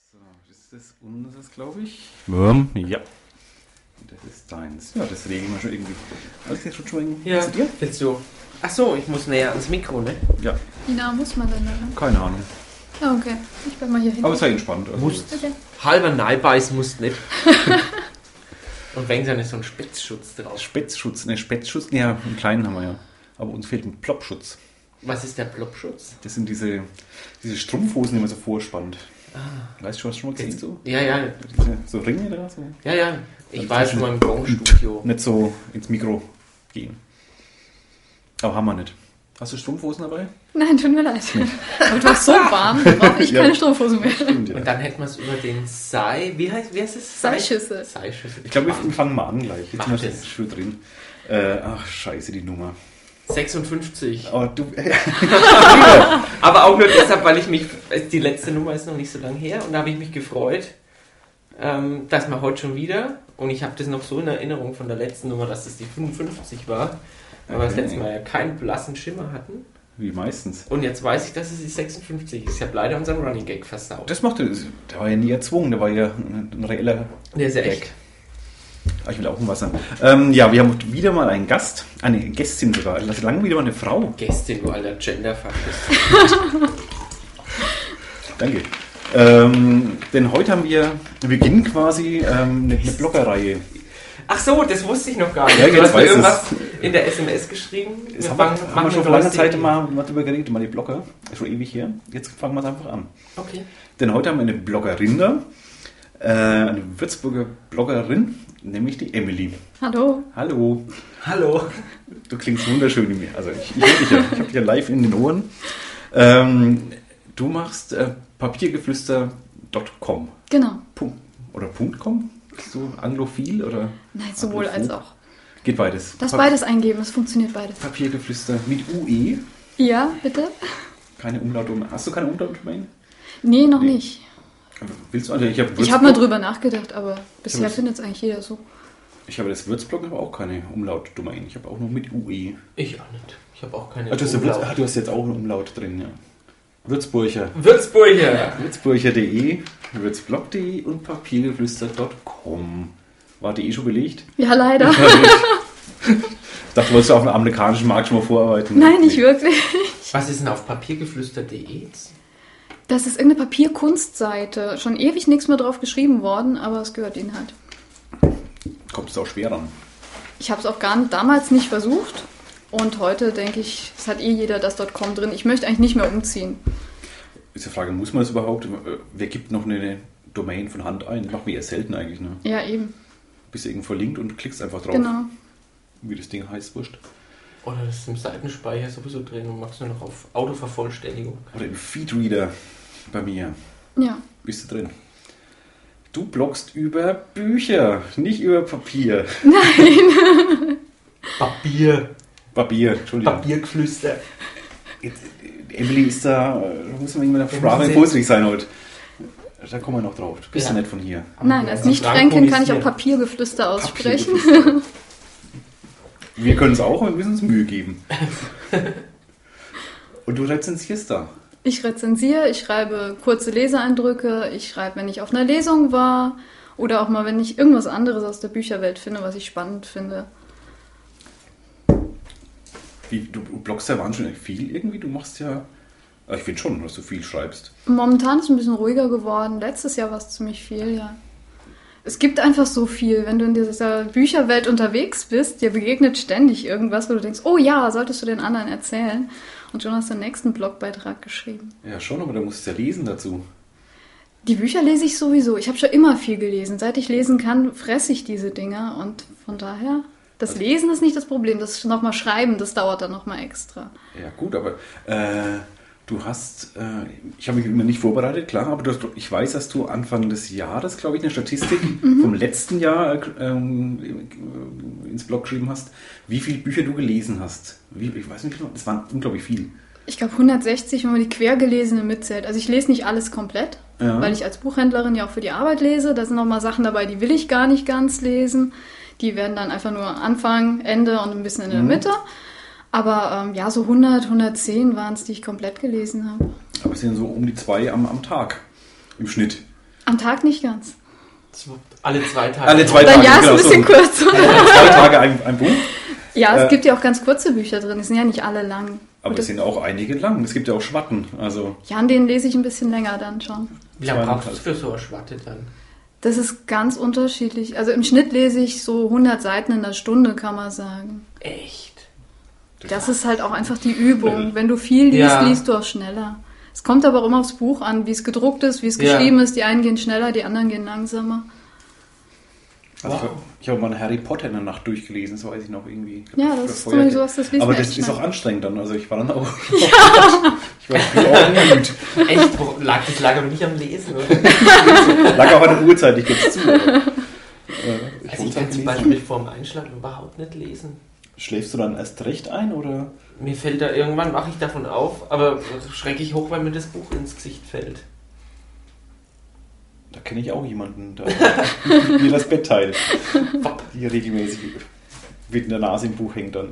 ist Genau, das unseres, glaube ich. Wurm, ja. Und Das ist deins. Ja, das regeln wir schon irgendwie. Alles jetzt schon schon Ja, zu dir? willst du? Ach so, ich muss näher ans Mikro, ne? Ja, Wie nah muss man denn daran? keine Ahnung. Ah, okay. Ich bin mal hier hin. Aber es war entspannt. Also, Musst. Okay. Halber Neibeiß musst nicht. Und wenn dann ist so ein Spitzschutz drauf. Spätzschutz, ne, Spätzschutz, ne, ja, einen kleinen haben wir ja. Aber uns fehlt ein Ploppschutz. Was ist der Plopschutz? Das sind diese, diese Strumpfhosen, die man so vorspannt. Weißt Ah. du, hast du schon mal gesehen? So, Ja, ja, diese, so Ringe da? So. ja, ja. Ich Also war schon zwischen- mal im Gong-Studio. Nicht so ins Mikro gehen. Aber haben wir nicht. Hast du Strumpfhosen dabei? Nein, tut mir leid. Aber du warst so warm, da brauche ich Ja. keine Strumpfhose mehr. Stimmt, Und dann hätten wir es über den Sei. Wie heißt, wie heißt es? Seischüssel. Seischüssel. Ich glaube, wir fangen mal an gleich. Jetzt Mach machst das. das schon drin. Äh, ach, scheiße, die Nummer. 56. Aber du, äh, Aber auch nur deshalb, weil ich mich. Die letzte Nummer ist noch nicht so lange her und da habe ich mich gefreut, ähm, dass wir heute schon wieder. Und ich habe das noch so in Erinnerung von der letzten Nummer, dass das die 55 war. Weil wir das Okay. letzte Mal ja keinen blassen Schimmer hatten. wie meistens. Und jetzt weiß ich, dass es die 56 ist. Ich habe leider unseren Running Gag versaut. Das macht er, der war ja nie erzwungen, der war ja ein ein reeller Der ist ja Gag. echt. Ah, ich will auch ein Wasser. Ähm, ja, wir haben wieder mal einen Gast, eine Gästin sogar, das ist lange wieder mal eine Frau. Gästin, du alter Genderfuck bist. Danke. Ähm, denn heute haben wir, wir beginnen quasi ähm, eine, eine Bloggerreihe. Ach so, das wusste ich noch gar nicht. Ja, du jetzt hast mir weiß irgendwas in der SMS geschrieben. Das Wir haben, fangen- wir, haben machen wir schon eine vor langer neue Zeit Serie. mal mal drüber geredet, mal die Blogger. Ist schon ewig her. Jetzt fangen wir es einfach an. Okay. Denn heute haben wir eine Bloggerin da, äh, eine Würzburger Bloggerin, nämlich die Emily. Hallo. Hallo. Hallo. Du klingst wunderschön in mir. Also ich, ich höre dich ja. Ich habe dich ja live in den Ohren. Ähm, du machst äh, papiergeflüster.com. Genau. Punkt. Oder Punkt .com? Bist du anglophil oder? Nein, sowohl als Apropos. auch. Geht beides. Das Pa- beides eingeben, es funktioniert beides. Papiergeflüster mit UE. Ja, bitte? Keine Umlautdomäne. Hast du keine Umlautdomäne? Nee, noch Nee. nicht. Willst du? Also ich habe Ich habe mal drüber nachgedacht, aber bisher Würzburg. findet es eigentlich jeder so. Ich habe das Würzblog, aber auch keine Umlautdomäne. Ich habe auch nur mit E. UE. Ich auch nicht. Ich habe auch keine Ah, du, hast ja Würz- Urlaub. ah, du hast jetzt auch einen Umlaut drin, ja. Würzburger. Würzburger. Würzburger.de, würzblog.de und papiergeflüster.com. War DE schon belegt? Ja, leider. Ich dachte, wolltest du auf dem amerikanischen Markt schon mal vorarbeiten? Nein, nicht Nee. wirklich. Was ist denn auf papiergeflüster.de? Das ist irgendeine Papierkunstseite. Schon ewig nichts mehr drauf geschrieben worden, aber es gehört ihnen halt. Kommt es auch schwer ran. Ich habe es auch gar nicht, damals nicht versucht. Und heute denke ich, es hat eh jeder das .com drin. Ich möchte eigentlich nicht mehr umziehen. Ist die Frage, muss man das überhaupt? Äh, Wer gibt noch eine Domain von Hand ein? Macht man eher selten eigentlich, ne? Ja, eben. Bist du irgendwo verlinkt und klickst einfach drauf, Genau. wie das Ding heißt, wurscht. Oder das ist im Seitenspeicher sowieso drin und machst nur noch auf Autovervollständigung. Oder im Feedreader bei mir. Ja. Bist du drin? Du bloggst über Bücher, nicht über Papier. Papier. Papier, Entschuldigung. Papiergeflüster. Jetzt, äh, Emily ist da, äh, da muss man irgendwie mit der Wir Sprache müssen vorsichtig sein heute. Da kommen wir noch drauf. Du bist ja, Ja. nicht von hier. Nein, als Nicht-Fränkin kann ich auch Papiergeflüster aussprechen. Papiergeflüster. wir können es auch, aber wir müssen uns Mühe geben. Und du rezensierst da. Ich rezensiere, ich schreibe kurze Leseeindrücke, ich schreibe, wenn ich auf einer Lesung war oder auch mal, wenn ich irgendwas anderes aus der Bücherwelt finde, was ich spannend finde. Wie, du bloggst ja wahnsinnig viel irgendwie. Du machst ja. Ah, Ich finde schon, dass du viel schreibst. Momentan ist es ein bisschen ruhiger geworden. Letztes Jahr war es ziemlich viel, ja. Es gibt einfach so viel. Wenn du in dieser Bücherwelt unterwegs bist, dir begegnet ständig irgendwas, wo du denkst, oh ja, solltest du den anderen erzählen. Und schon hast du den nächsten Blogbeitrag geschrieben. Ja, schon, aber da musst du ja lesen dazu. Die Bücher lese ich sowieso. Ich habe schon immer viel gelesen. Seit ich lesen kann, fresse ich diese Dinger. Und von daher, das Lesen ist nicht das Problem. Das nochmal Schreiben, das dauert dann nochmal extra. Ja, gut, aber äh, du hast, äh, ich habe mich immer nicht vorbereitet, klar, aber du hast, ich weiß, dass du Anfang des Jahres, glaube ich, eine Statistik vom letzten Jahr äh, ähm, äh, ins Blog geschrieben hast, wie viele Bücher du gelesen hast. Wie, ich weiß nicht, genau, es waren unglaublich viel. Ich glaube 160, wenn man die Quergelesene mitzählt. Also ich lese nicht alles komplett, Ja. weil ich als Buchhändlerin ja auch für die Arbeit lese. Da sind nochmal Sachen dabei, die will ich gar nicht ganz lesen. Die werden dann einfach nur Anfang, Ende und ein bisschen in der Mitte. Aber ähm, ja, so 100, 110 waren es, die ich komplett gelesen habe. Aber es sind so um die zwei am, am Tag im Schnitt. Am Tag nicht ganz. Alle zwei Tage. Alle zwei Dein Tage, Jahr ist ein genau, bisschen so. kurz. Zwei Tage ein, ein Buch. Ja, Äh, es gibt ja auch ganz kurze Bücher drin. Die sind ja nicht alle lang. Aber Und es sind auch einige lang. Es gibt ja auch Schwatten. Also, ja, an denen lese ich ein bisschen länger dann schon. Wie lange Zwei brauchst du Tage. für so eine Schwatte dann? Das ist ganz unterschiedlich. Also im Schnitt lese ich so 100 Seiten in einer Stunde, kann man sagen. Echt? Das ist halt auch einfach die Äh, Übung. Wenn du viel liest, Ja. liest du auch schneller. Es kommt aber auch immer aufs Buch an, wie es gedruckt ist, wie es Ja. geschrieben ist. Die einen gehen schneller, die anderen gehen langsamer. also Wow. ich habe mal Harry Potter in der Nacht durchgelesen, das weiß ich noch irgendwie. Ich glaub, Ja, oder das ist vorher. sowieso was, das liest Aber man das echt ist schnell. auch anstrengend dann. Also ich war dann auch. ich war früh auch müde. Echt? Wo- Lag, das lag aber nicht am Lesen, oder? Lag auch an der Uhrzeit, ich gebe es zu. aber, äh, ich Also wohn's halt ich kann gelesen. zum Beispiel vorm Einschlafen überhaupt nicht lesen. Schläfst du dann erst recht ein oder? Mir fällt da irgendwann, wache ich davon auf, aber schrecke ich hoch, weil mir das Buch ins Gesicht fällt. Da kenne ich auch jemanden, der mir das Bett teilt. Die regelmäßig mit der Nase im Buch hängt dann.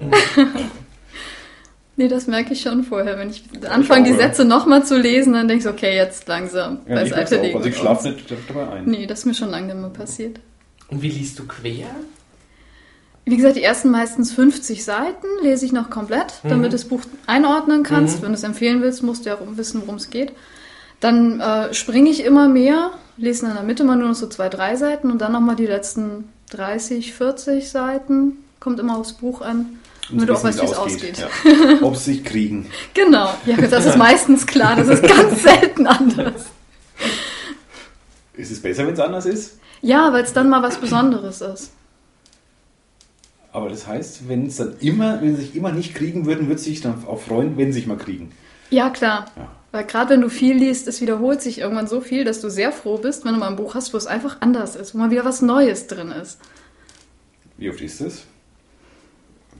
Nee, das merke ich schon vorher. Wenn ich anfange, auch, die ja. Sätze nochmal zu lesen, dann denke ich, so, okay, jetzt langsam Ja, ich merk's beiseite auch. legen. Also ich schlafe nicht dabei ein. Nee, das ist mir schon lange mal passiert. Und wie liest du quer? Wie gesagt, die ersten meistens 50 Seiten lese ich noch komplett, Mhm. damit das Buch einordnen kannst. Mhm. Wenn du es empfehlen willst, musst du ja auch wissen, worum es geht. Dann äh, springe ich immer mehr, lese dann in der Mitte mal nur noch so zwei, drei Seiten und dann nochmal die letzten 30, 40 Seiten. Kommt immer aufs Buch an. Um zu Nur du auch wissen, weißt, wie es ausgeht. Ja. Ob sie sich kriegen. Genau. Ja, gut, das ist meistens klar. Das ist ganz selten anders. Ist es besser, wenn es anders ist? Ja, weil es dann mal was Besonderes ist. Aber das heißt, wenn es dann immer, wenn sie sich immer nicht kriegen würden, würde sich dann auch freuen, wenn sie sich mal kriegen. Ja, klar. Ja. Weil gerade wenn du viel liest, es wiederholt sich irgendwann so viel, dass du sehr froh bist, wenn du mal ein Buch hast, wo es einfach anders ist, wo mal wieder was Neues drin ist. Wie oft ist das?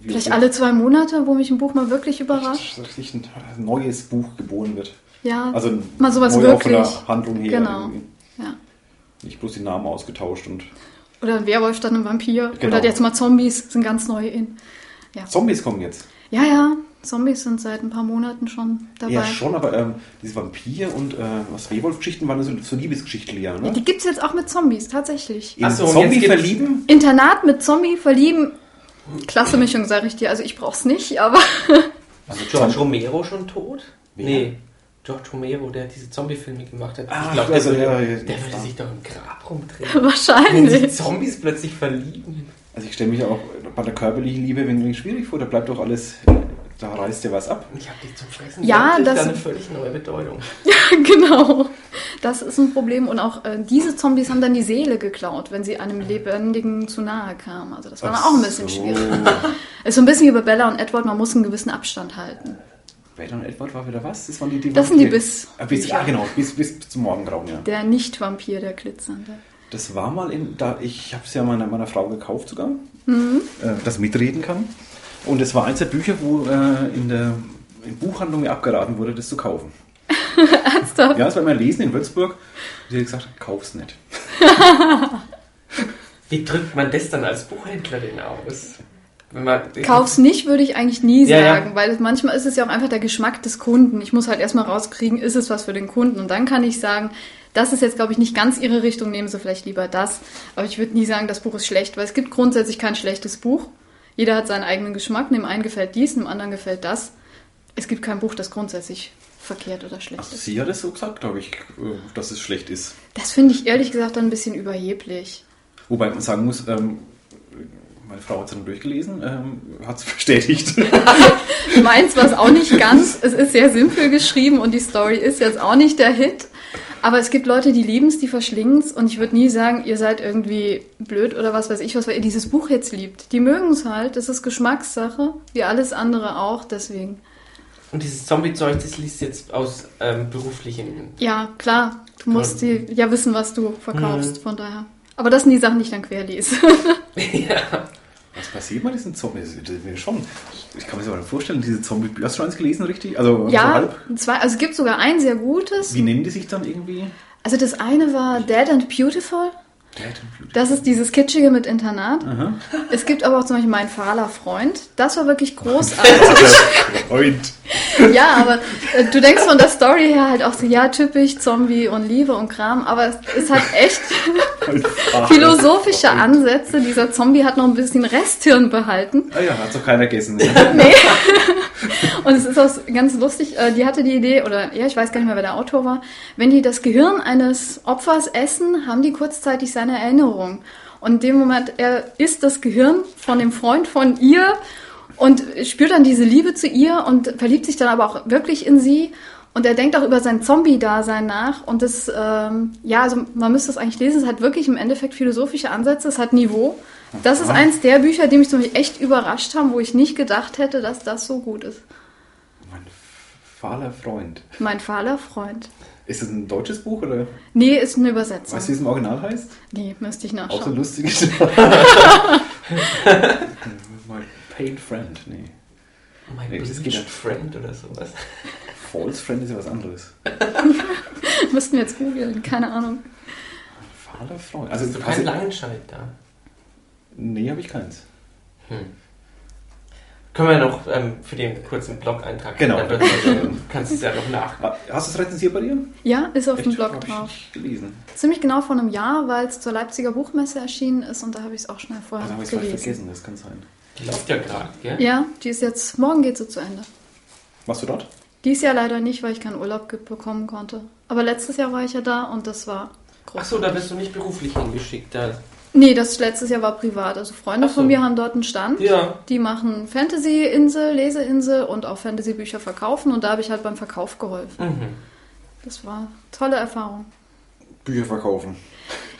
Wie Vielleicht oft alle zwei Monate, wo mich ein Buch mal wirklich überrascht. dass richtig ein neues Buch geboren wird. Ja, Also ein mal sowas neu auch von wirklich. der Handlung her. Genau. irgendwie. Ja. Nicht bloß die Namen ausgetauscht und Oder ein Werwolf statt ein Vampir. Genau. Oder jetzt mal Zombies sind ganz neu in. Zombies kommen jetzt. Ja, ja, Zombies sind seit ein paar Monaten schon dabei. Ja, schon, aber ähm, diese Vampir- und äh, was Werwolf-Geschichten waren so, so Liebesgeschichten eher, ne? Die gibt es jetzt auch mit Zombies, tatsächlich. In Ach so, und Zombie jetzt gibt's- verlieben? Internat mit Zombie verlieben. Klasse Mischung, sage ich dir. Also ich brauch's nicht, aber Also George Zom- Romero schon tot? Wer? Nee. George Romero, der diese Zombie-Filme gemacht hat. Ach, ich glaube, also, der, würde- ja, ja, der ja, würde klar. sich doch im Grab rumdrehen. Wenn sich wahrscheinlich. Zombies plötzlich verlieben. Also ich stelle mich auch bei der körperlichen Liebe wenn wenig schwierig vor, da bleibt doch alles, da reißt dir was ab. Ich habe die zum Fressen. Ja, das das- ist eine völlig neue Bedeutung. genau. Das ist ein Problem. Und auch äh, diese Zombies haben dann die Seele geklaut, wenn sie einem Lebendigen zu nahe kamen. Also das war dann auch ein bisschen so. schwierig. Ist so ein bisschen wie bei Bella und Edward, man muss einen gewissen Abstand halten. Bella und Edward war wieder was? Das waren die, die Das sind die Vampire. Biss- Ah, bis, ah, genau, bis, bis zum Morgengrauen, ja. Der Nicht-Vampir, der Glitzernde. Das war mal in, da ich habe es ja meiner, meiner Frau gekauft sogar, Mhm. äh, dass sie mitreden kann. Und es war eins der Bücher, wo äh, in der in Buchhandlung mir abgeraten wurde, das zu kaufen. Ernsthaft? Ja, das war immer Lesen in Würzburg. Und sie hat gesagt, kauf's nicht. Wie drückt man das dann als Buchhändler denn aus? Wenn man, Kauf's nicht, würde ich eigentlich nie Ja, ja. sagen, weil es- manchmal ist es ja auch einfach der Geschmack des Kunden. Ich muss halt erstmal rauskriegen, ist es was für den Kunden? Und dann kann ich sagen, das ist jetzt, glaube ich, nicht ganz Ihre Richtung, nehmen Sie vielleicht lieber das. Aber ich würde nie sagen, das Buch ist schlecht, weil es gibt grundsätzlich kein schlechtes Buch. Jeder hat seinen eigenen Geschmack, dem einen gefällt dies, dem anderen gefällt das. Es gibt kein Buch, das grundsätzlich verkehrt oder schlecht Also ist. sie hat es so gesagt, glaube ich, äh, dass es schlecht ist. Das finde ich ehrlich gesagt dann ein bisschen überheblich. Wobei man sagen muss, ähm, meine Frau hat es dann durchgelesen, ähm, hat es bestätigt. Meins war es auch nicht ganz. Es ist sehr simpel geschrieben und die Story ist jetzt auch nicht der Hit. Aber es gibt Leute, die lieben es, die verschlingen es. Und ich würde nie sagen, ihr seid irgendwie blöd oder was weiß ich was, weil ihr dieses Buch jetzt liebt. Die mögen es halt. Das ist Geschmackssache, wie alles andere auch. Deswegen, und dieses Zombie-Zeug, das liest jetzt aus ähm, beruflichen. ja, klar, du musst die, ja wissen, was du verkaufst. Von daher. Aber das sind die Sachen, die ich dann quer lese. ja. Was passiert bei diesen Zombies? Das ist mir schon. Ich kann mir das aber nicht vorstellen, diese Zombie. Hast du eins gelesen, richtig? Also so ja, halb? zwei, also es gibt sogar ein sehr gutes. Wie nennen die sich dann irgendwie? Also das eine war Dead and Beautiful. Dead and Beautiful. Das ist dieses Kitschige mit Internat. Aha. Es gibt aber auch zum Beispiel mein fahler Freund. Das war wirklich großartig. Freund. ja, aber äh, du denkst von der Story her halt auch so, ja, typisch Zombie und Liebe und Kram, aber es ist halt echt Mein Vater. philosophische Ansätze. Dieser Zombie hat noch ein bisschen Resthirn behalten. Ah ja, hat doch keiner gegessen. Nee. Und es ist auch ganz lustig, äh, die hatte die Idee, oder ja, ich weiß gar nicht mehr, wer der Autor war, wenn die das Gehirn eines Opfers essen, haben die kurzzeitig seine Erinnerung. Und in dem Moment, er isst das Gehirn von dem Freund von ihr und spürt dann diese Liebe zu ihr und verliebt sich dann aber auch wirklich in sie. Und er denkt auch über sein Zombie-Dasein nach. Und das, ähm, ja, also man müsste es eigentlich lesen. Es hat wirklich im Endeffekt philosophische Ansätze. Es hat Niveau. Das ist eins der Bücher, die mich zum Beispiel echt überrascht haben, wo ich nicht gedacht hätte, dass das so gut ist. Mein fahler Freund. Mein fahler Freund. Ist das ein deutsches Buch oder Nee, ist eine Übersetzung. weißt du, wie es im Original heißt? Nee, müsste ich Auch so nachschauen. lustig. My pale friend, nee. oh Mein Nee, das Bewitched geht nicht. Friend oder sowas. False friend ist ja was anderes. Müssten wir jetzt googeln, keine Ahnung. Fahler Freund. Also, Hast Also, du also keinen Langenscheid da? nee, habe ich keins. Können wir noch ähm, für den kurzen Blog-Eintrag. Genau. Dann wird's- dann kannst du es ja noch nach. Ah, Hast du es rezensiert bei dir? Ja, ist auf dem Echt? Oh, Blog Hab ich drauf. nicht gelesen. Ziemlich genau vor einem Jahr, weil es zur Leipziger Buchmesse erschienen ist und da habe ich es auch schnell Ah, vorher da habe ich es gelesen. vergessen, das kann sein. Die läuft ja gerade, gell? Ja, die ist jetzt, morgen geht sie zu Ende. Warst du dort? Dies Jahr leider nicht, weil ich keinen Urlaub ge- bekommen konnte. Aber letztes Jahr war ich ja da und das war groß. Achso, da bist du nicht beruflich hingeschickt. Da. Nee, das letztes Jahr war privat. Also Freunde Ach so. von mir haben dort einen Stand. Ja. Die machen Fantasy-Insel, Leseinsel und auch Fantasy-Bücher verkaufen und da habe ich halt beim Verkauf geholfen. Mhm. Das war tolle Erfahrung. Bücher verkaufen.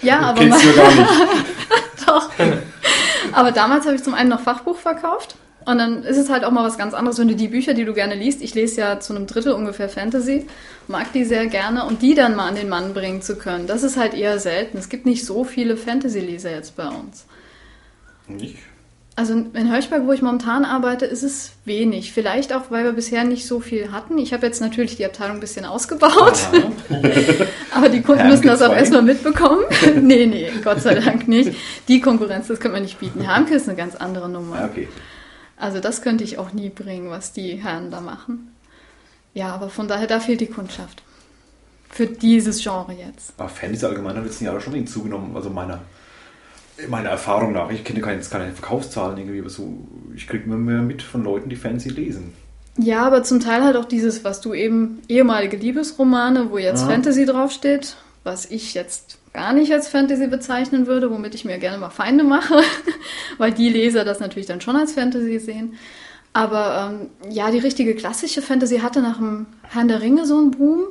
Äh, Ja, aber Kennst du ja gar nicht. Doch. Aber damals habe ich zum einen noch Fachbuch verkauft. Und dann ist es halt auch mal was ganz anderes, wenn du die Bücher, die du gerne liest, ich lese ja zu einem Drittel ungefähr Fantasy, mag die sehr gerne und die dann mal an den Mann bringen zu können. Das ist halt eher selten. Es gibt nicht so viele Fantasy-Leser jetzt bei uns. Nicht? Also in Höchberg, wo ich momentan arbeite, ist es wenig. Vielleicht auch, weil wir bisher nicht so viel hatten. Ich habe jetzt natürlich die Abteilung ein bisschen ausgebaut. Ah, Aber die Kunden Haben müssen die das auch zwei? erstmal mitbekommen. nee, nee, Gott sei Dank nicht. Die Konkurrenz, das könnte man nicht bieten. Hermke ist eine ganz andere ah, Nummer. okay. Also das könnte ich auch nie bringen, was die Herren da machen. Ja, aber von daher, da fehlt die Kundschaft. Für dieses Genre jetzt. Aber Fantasy allgemein hat in den letzten Jahren schon wenig zugenommen. Also meiner, meiner Erfahrung nach. Ich kenne keine, jetzt keine Verkaufszahlen irgendwie, aber so, ich kriege immer mehr mit von Leuten, die Fantasy lesen. Ja, aber zum Teil halt auch dieses, was du eben, ehemalige Liebesromane, wo jetzt Ja. Fantasy draufsteht, was ich jetzt gar nicht als Fantasy bezeichnen würde, womit ich mir gerne mal Feinde mache, weil die Leser das natürlich dann schon als Fantasy sehen. Aber ähm, ja, die richtige klassische Fantasy hatte nach dem Herrn der Ringe so einen Boom.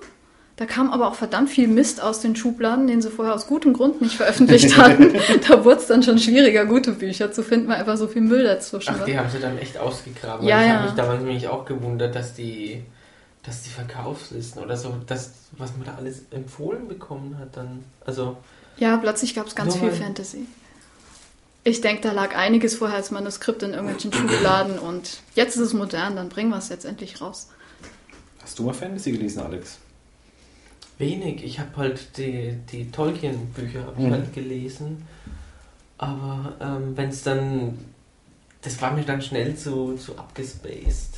Da kam aber auch verdammt viel Mist aus den Schubladen, den sie vorher aus gutem Grund nicht veröffentlicht hatten. da wurde es dann schon schwieriger, gute Bücher zu finden, weil einfach so viel Müll dazwischen Ach, war. die haben sie dann echt ausgegraben. Ja, ich ja. habe mich damals nämlich auch gewundert, dass die, dass die Verkaufslisten oder so, das, was man da alles empfohlen bekommen hat, dann. Also, Ja, plötzlich gab es ganz viel Nochmal. Fantasy. Ich denke, da lag einiges vorher als Manuskript in irgendwelchen Schubladen und jetzt ist es modern, dann bringen wir es jetzt endlich raus. Hast du mal Fantasy gelesen, Alex? Wenig. Ich habe halt die, die Tolkien-Bücher hab ich Mhm. halt gelesen. Aber ähm, wenn es dann. Das war mir dann schnell zu, zu abgespaced.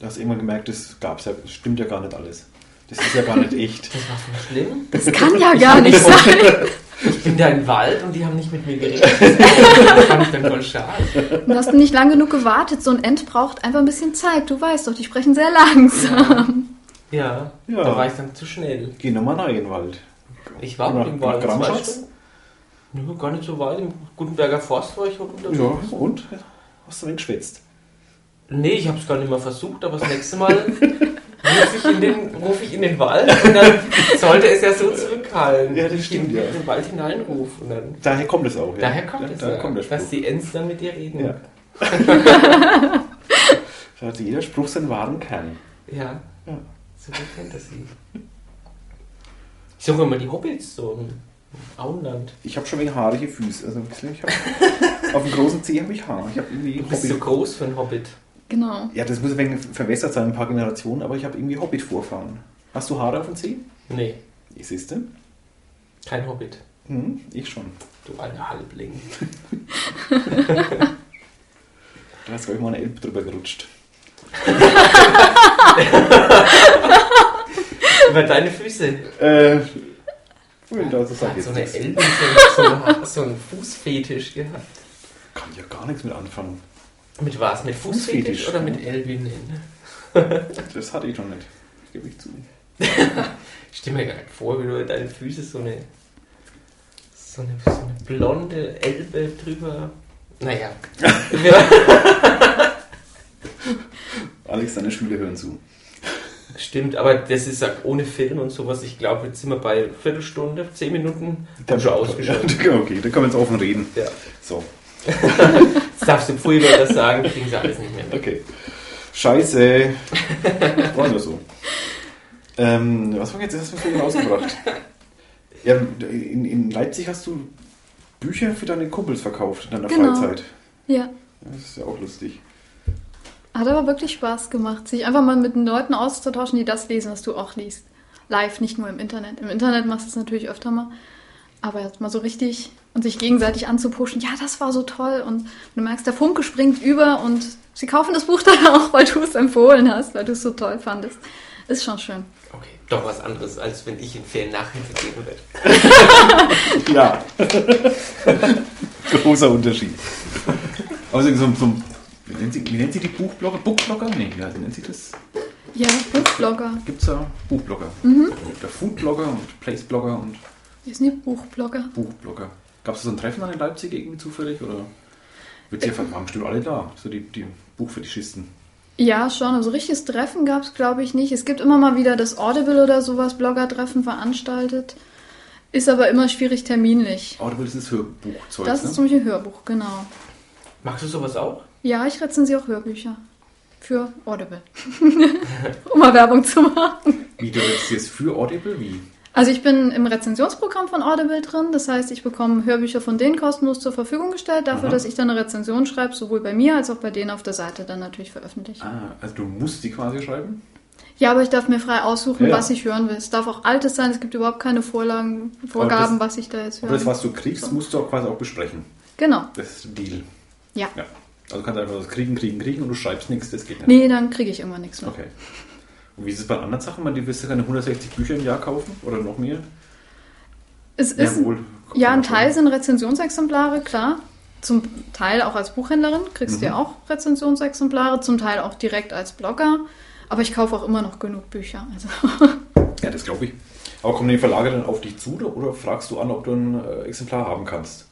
Du hast irgendwann gemerkt, das gab's ja, das stimmt ja gar nicht alles. Das ist ja gar nicht echt. Das war so schlimm. Das kann ja gar nicht sein. Ich bin da im Wald und die haben nicht mit mir geredet. Das fand ich dann voll schade. Du hast nicht lang genug gewartet. So ein End braucht einfach ein bisschen Zeit. Du weißt doch, die sprechen sehr langsam. Ja, Ja. da war ich dann zu schnell. Geh nochmal nach in den Wald. Ich war Nach- mit dem nach Wald. zwei Gramschatz? Stunden. Nö, gar nicht so weit. Im Gutenberger Forst war ich heute unterwegs. Ja, und? Hast du denn geschwätzt? Nee, ich habe es gar nicht mal versucht, aber das nächste Mal rufe ich, in den- ruf ich in den Wald und dann sollte es ja so zurückhallen. Ja, das Ich stimmt, in ja. den Wald hineinrufe und dann... Daher kommt es auch. Ja. Daher kommt ja, es daher ja, kommt der Spruch. dass die Ents dann mit dir reden. Ja. Da hat jeder Spruch seinen wahren Kern. Ja, Ja. so viel Fantasy. Ich suche immer die Hobbits so im Auenland. Ich habe schon wegen haarige Füße. Also ein bisschen, ich hab, auf dem großen Zeh habe ich Haar. Ich habe irgendwie Du bist Hobbit. so groß für einen Hobbit. Genau. Ja, das muss ein wenig verwässert sein, ein paar Generationen, aber ich habe irgendwie Hobbit-Vorfahren. Hast du Haare auf dem Zeh? Nee, Ich siehste. kein Hobbit. Hm, ich schon. Du alter Halbling. Da ist, glaube ich, mal eine Elbe drüber gerutscht. Über deine Füße. Äh, wenn da so sag Hat ich so jetzt eine nichts. Elbe, so, so, so einen Fußfetisch gehabt. Kann ja gar nichts mit anfangen. Mit was? Mit Fußfetisch, Fußfetisch, oder ja. mit ne? Elbinnen? Das hatte ich schon nicht. Gebe ich zu. Ich stelle mir gerade vor, wie du über deine Füße so eine, so eine, so eine blonde Elbe drüber. Naja. Alex, deine Schüler hören zu. Stimmt, aber das ist ja ohne Film und sowas. Ich glaube, jetzt sind wir bei Viertelstunde, zehn Minuten. Dann schon ausgeschaltet. Okay, dann können wir jetzt offen reden. Ja. So, Jetzt darfst du Pfui das sagen, kriegen sie alles nicht mehr mit. okay. Scheiße. Wollen wir so. Ähm, was haben wir jetzt erst für Filme rausgebracht? Ja, in, in Leipzig hast du Bücher für deine Kumpels verkauft in deiner Genau. Freizeit. Ja. Das ist ja auch lustig. Hat aber wirklich Spaß gemacht, sich einfach mal mit den Leuten auszutauschen, die das lesen, was du auch liest. Live, nicht nur im Internet. Im Internet machst du es natürlich öfter mal. Aber jetzt mal so richtig und sich gegenseitig anzupuschen, ja, das war so toll. Und du merkst, der Funke springt über und sie kaufen das Buch dann auch, weil du es empfohlen hast, weil du es so toll fandest. Ist schon schön. Okay, doch was anderes, als wenn ich in Ferien Nachhilfe geben würde. Ja. Großer Unterschied. Außerdem so, ein- so ein- Wie nennt sie, wie nennt sie die Buchblogger? Bookblogger? Nee, wie heißt- nennt sie das? Ja, Buchblogger. Gibt's da Buchblogger? Der Foodblogger und Placeblogger und Hier ist nicht Buchblogger. Buchblogger. Gab's da so ein Treffen dann in Leipzig irgendwie zufällig? Oder wird Äh, sie einfach, waren bestimmt alle da, so die, die Buchfetischisten. Ja, schon. Also richtiges Treffen gab es, glaube ich, nicht. Es gibt immer mal wieder das Audible oder sowas, Blogger-Treffen veranstaltet. Ist aber immer schwierig terminlich. Audible das ist Hörbuchzeug, Das ne? ist zum Beispiel Hörbuch, genau. Machst du sowas auch? Ja, ich rezensiere auch Hörbücher. Für Audible. um mal Werbung zu machen. Wie du jetzt für Audible? Wie? Also ich bin im Rezensionsprogramm von Audible drin. Das heißt, ich bekomme Hörbücher von denen kostenlos zur Verfügung gestellt, dafür, Mhm. Aha. dass ich dann eine Rezension schreibe, sowohl bei mir als auch bei denen auf der Seite dann natürlich veröffentliche. Ah, also du musst die quasi schreiben? Ja, aber ich darf mir frei aussuchen, Ja, ja. was ich hören will. Es darf auch altes sein, es gibt überhaupt keine Vorlagen, Vorgaben, was ich da jetzt höre. Aber das, was du kriegst, musst du auch quasi auch besprechen. Genau, Das ist ein Deal. ja. Ja. Also kannst du einfach das kriegen, kriegen, kriegen und du schreibst nichts, das geht nicht. Nee, dann kriege ich irgendwann nichts mehr. Okay. Und wie ist es bei anderen Sachen? Man, die willst du keine 160 Bücher im Jahr kaufen oder noch mehr? Es ist, wohl. ja, ein Teil sind Rezensionsexemplare, klar. Zum Teil auch als Buchhändlerin kriegst du Mhm. ja auch Rezensionsexemplare, zum Teil auch direkt als Blogger. Aber ich kaufe auch immer noch genug Bücher. Also. Ja, das glaube ich. Aber kommen die Verlage dann auf dich zu oder- oder fragst du an, ob du ein äh, Exemplar haben kannst?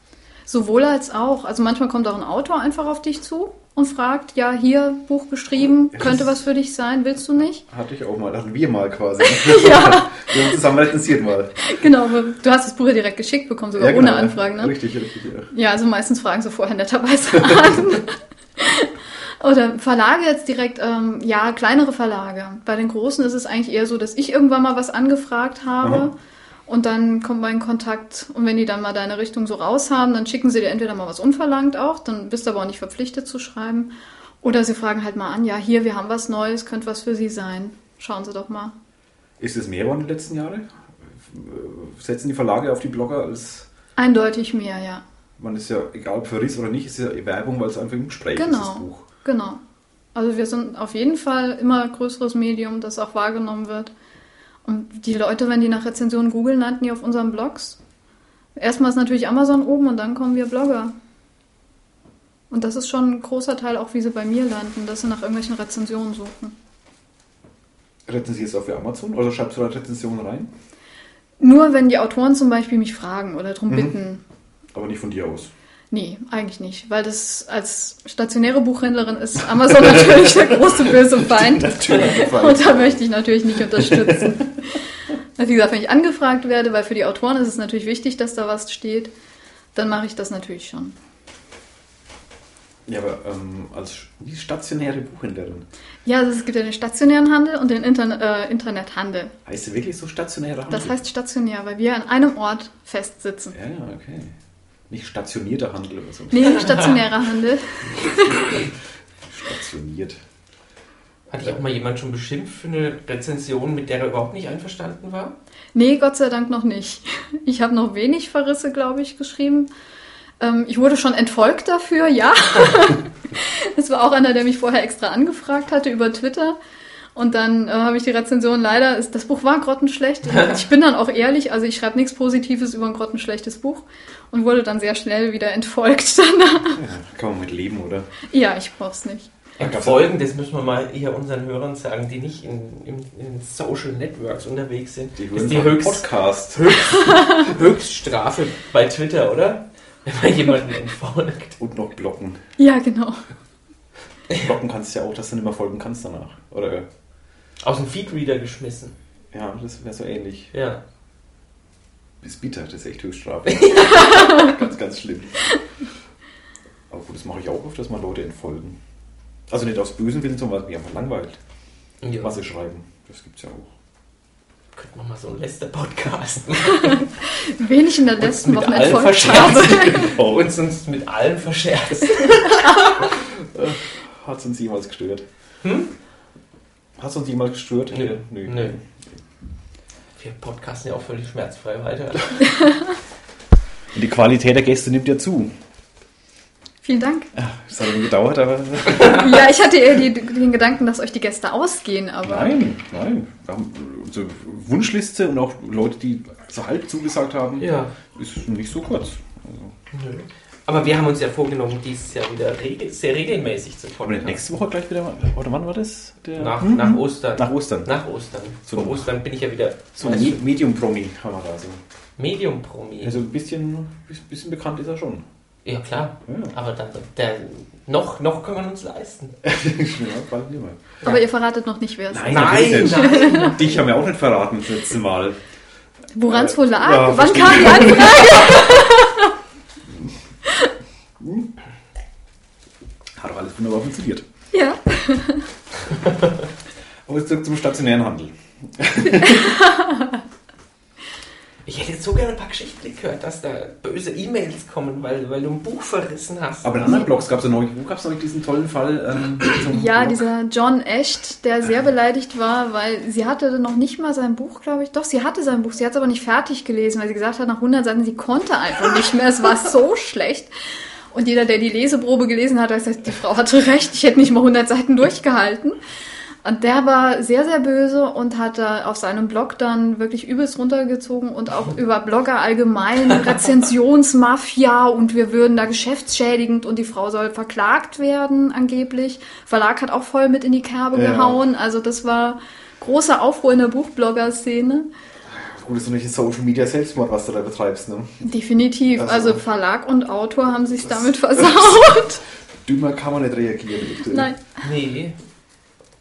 Sowohl als auch. Also manchmal kommt auch ein Autor einfach auf dich zu und fragt, ja, hier, Buch geschrieben, Ja, könnte das- was für dich sein, willst du nicht? Hatte ich auch mal, hatten wir mal quasi. ja. Wir haben zusammen rezensiert mal. Genau, aber du hast das Buch ja direkt geschickt bekommen, sogar Ja, ohne genau. Anfragen, ne? Richtig, richtig. Ja. Ja, also meistens fragen sie vorher netterweise an. Oder Verlage jetzt direkt, ähm, ja, kleinere Verlage. Bei den großen ist es eigentlich eher so, dass ich irgendwann mal was angefragt habe Aha. und dann kommt man in Kontakt und wenn die dann mal deine Richtung so raus haben, dann schicken sie dir entweder mal was unverlangt auch, dann bist du aber auch nicht verpflichtet zu schreiben. Oder sie fragen halt mal an, ja, hier, wir haben was Neues, könnte was für sie sein. Schauen sie doch mal. Ist es mehr geworden in den letzten Jahren? Setzen die Verlage auf die Blogger als. Eindeutig mehr, ja. Man ist ja, egal ob Verriss oder nicht, ist ja Werbung, weil es einfach im Gespräch ist, das Genau, Buch. genau. Also wir sind auf jeden Fall immer größeres Medium, das auch wahrgenommen wird. Und die Leute, wenn die nach Rezensionen googeln, landen die auf unseren Blogs. Erstmal ist natürlich Amazon oben und dann kommen wir Blogger. Und das ist schon ein großer Teil auch, wie sie bei mir landen, dass sie nach irgendwelchen Rezensionen suchen. Rezensierst du auch für Amazon oder schreibst du da Rezensionen rein? Nur wenn die Autoren zum Beispiel mich fragen oder darum Mhm. bitten. Aber nicht von dir aus. Nee, eigentlich nicht, weil das als stationäre Buchhändlerin ist Amazon natürlich der große böse Feind. Natürlich. Und da möchte ich natürlich nicht unterstützen. Also wie gesagt, wenn ich angefragt werde, weil für die Autoren ist es natürlich wichtig, dass da was steht, dann mache ich das natürlich schon. Ja, aber ähm, als wie stationäre Buchhändlerin. Ja, also es gibt ja den stationären Handel und den Interne äh, Internethandel. Heißt sie wirklich so stationäre Handel? Das heißt stationär, weil wir an einem Ort festsitzen. Ja, ja, okay. Nicht stationierter Handel oder so. Nee, stationärer Handel. Stationiert. Hatte ich auch mal jemand schon beschimpft für eine Rezension, mit der er überhaupt nicht einverstanden war? Nee, Gott sei Dank noch nicht. Ich habe noch wenig Verrisse, glaube ich, geschrieben. Ähm, ich wurde schon entfolgt dafür, ja. Es war auch einer, der mich vorher extra angefragt hatte über Twitter. Und dann äh, habe ich die Rezension leider, ist, das Buch war grottenschlecht. Ich bin dann auch ehrlich, also ich schreibe nichts Positives über ein grottenschlechtes Buch und wurde dann sehr schnell wieder entfolgt danach. Ja, kann man mit leben, oder? Ja, ich brauch's nicht. Entfolgen, das müssen wir mal hier unseren Hörern sagen, die nicht in, in, in Social Networks unterwegs sind. Die Das hören ist die keinen höchst, Podcast. Höchststrafe bei Twitter, oder? Wenn man jemanden entfolgt. Und noch blocken. Ja, genau. Blocken kannst du ja auch, dass du nicht mehr folgen kannst danach. Oder äh, Aus dem Feedreader geschmissen. ja, das wäre so ähnlich. Ja. Ist bitter, das ist echt Höchststrafe. ganz, ganz schlimm. Aber gut, das mache ich auch oft, dass man Leute entfolgen. Also nicht aus bösen Willen, sondern weil es mich einfach langweilt, ja. was sie schreiben. Das gibt's ja auch. Könnten wir mal so einen Lester-Podcast Wenig in der letzten mit Woche allen entfolgt habe. verscherzt. Oh, und uns mit allem verscherzt. hat uns jemals gestört? Hm? Hat uns jemals gestört? Nö. Nö. Nö. Wir podcasten ja auch völlig schmerzfrei weiter. Und die Qualität der Gäste nimmt ja zu. Vielen Dank. Das hat eben gedauert, aber. Ja, ich hatte eher die, den Gedanken, dass euch die Gäste ausgehen, aber Nein, nein. Wir haben unsere Wunschliste und auch Leute, die so halb zugesagt haben, Ja. ist nicht so kurz. Nö. Aber wir haben uns ja vorgenommen, dieses Jahr wieder regel sehr regelmäßig zu Aber podcasten. nächste Woche gleich wieder. mal- Oder wann war das? Der- Nach, Hm? nach Ostern. Nach Ostern. Nach Ostern. So. Vor Ostern bin ich ja wieder also So ein Me- Medium-Promi haben wir da. So. Medium-Promi. Also ein bisschen, bisschen bekannt ist er schon. ja, klar. Ja. Aber dann, der, noch, noch kann man uns leisten. ja, bald nicht mehr. aber ihr verratet noch nicht, wer es ist. natürlich nicht. nein. Dich haben wir auch nicht verraten das letzte Mal. Woran es wohl lag? Ja, Wann verstehe. kam die Anfrage? Hm? Hat doch alles wunderbar funktioniert. Ja. Aber jetzt zurück zum stationären Handel. Ich hätte jetzt so gerne ein paar Geschichten gehört, dass da böse E-Mails kommen, weil, weil du ein Buch verrissen hast. Aber in anderen Blogs gab es ja neulich, wo gab es neulich diesen tollen Fall? Ähm, zum Ja, Blog? dieser John Echt, der sehr beleidigt war, weil sie hatte noch nicht mal sein Buch, glaube ich. Doch, sie hatte sein Buch, sie hat es aber nicht fertig gelesen, weil sie gesagt hat, nach 100 Seiten, sie konnte einfach nicht mehr. Es war so schlecht. Und jeder, der die Leseprobe gelesen hat, hat gesagt, die Frau hatte recht, ich hätte nicht mal 100 Seiten durchgehalten. Und der war sehr, sehr böse und hat da auf seinem Blog dann wirklich übelst runtergezogen und auch über Blogger allgemein, Rezensionsmafia und wir würden da geschäftsschädigend und die Frau soll verklagt werden angeblich. Verlag hat auch voll mit in die Kerbe Ja. gehauen. Also das war großer Aufruhr in der Buchblogger-Szene. Gut, ist doch nicht ein Social Media Selbstmord, was du da betreibst, ne? Definitiv. Ach so. Also Verlag und Autor haben sich damit versaut. Dümmer kann man nicht reagieren. bitte. Nein. Nee.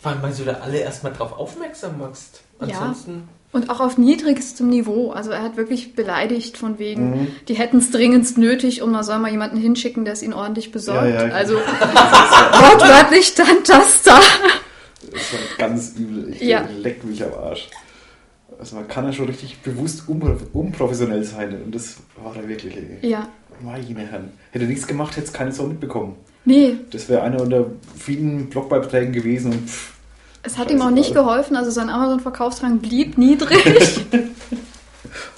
Weil man so da alle erstmal drauf aufmerksam machst. Ja. Ansonsten. Und auch auf niedrigstem Niveau. Also er hat wirklich beleidigt von wegen, Mhm. die hätten es dringendst nötig und man soll mal jemanden hinschicken, der es ihnen ordentlich besorgt. Ja, genau. ja. Also wortwörtlich stand das da. Das war halt ganz übel. Ich Ja. leck mich am Arsch. Also man kann ja schon richtig bewusst unpro- unprofessionell sein und das war er wirklich. Ey. Ja. Meine Herren. Hätte er nichts gemacht, hätte es keines so mitbekommen. Nee, Das wäre einer unter vielen Blogbeiträgen gewesen und pff, es hat Scheiße, ihm auch nicht Alter. geholfen. Also sein Amazon-Verkaufsrang blieb niedrig.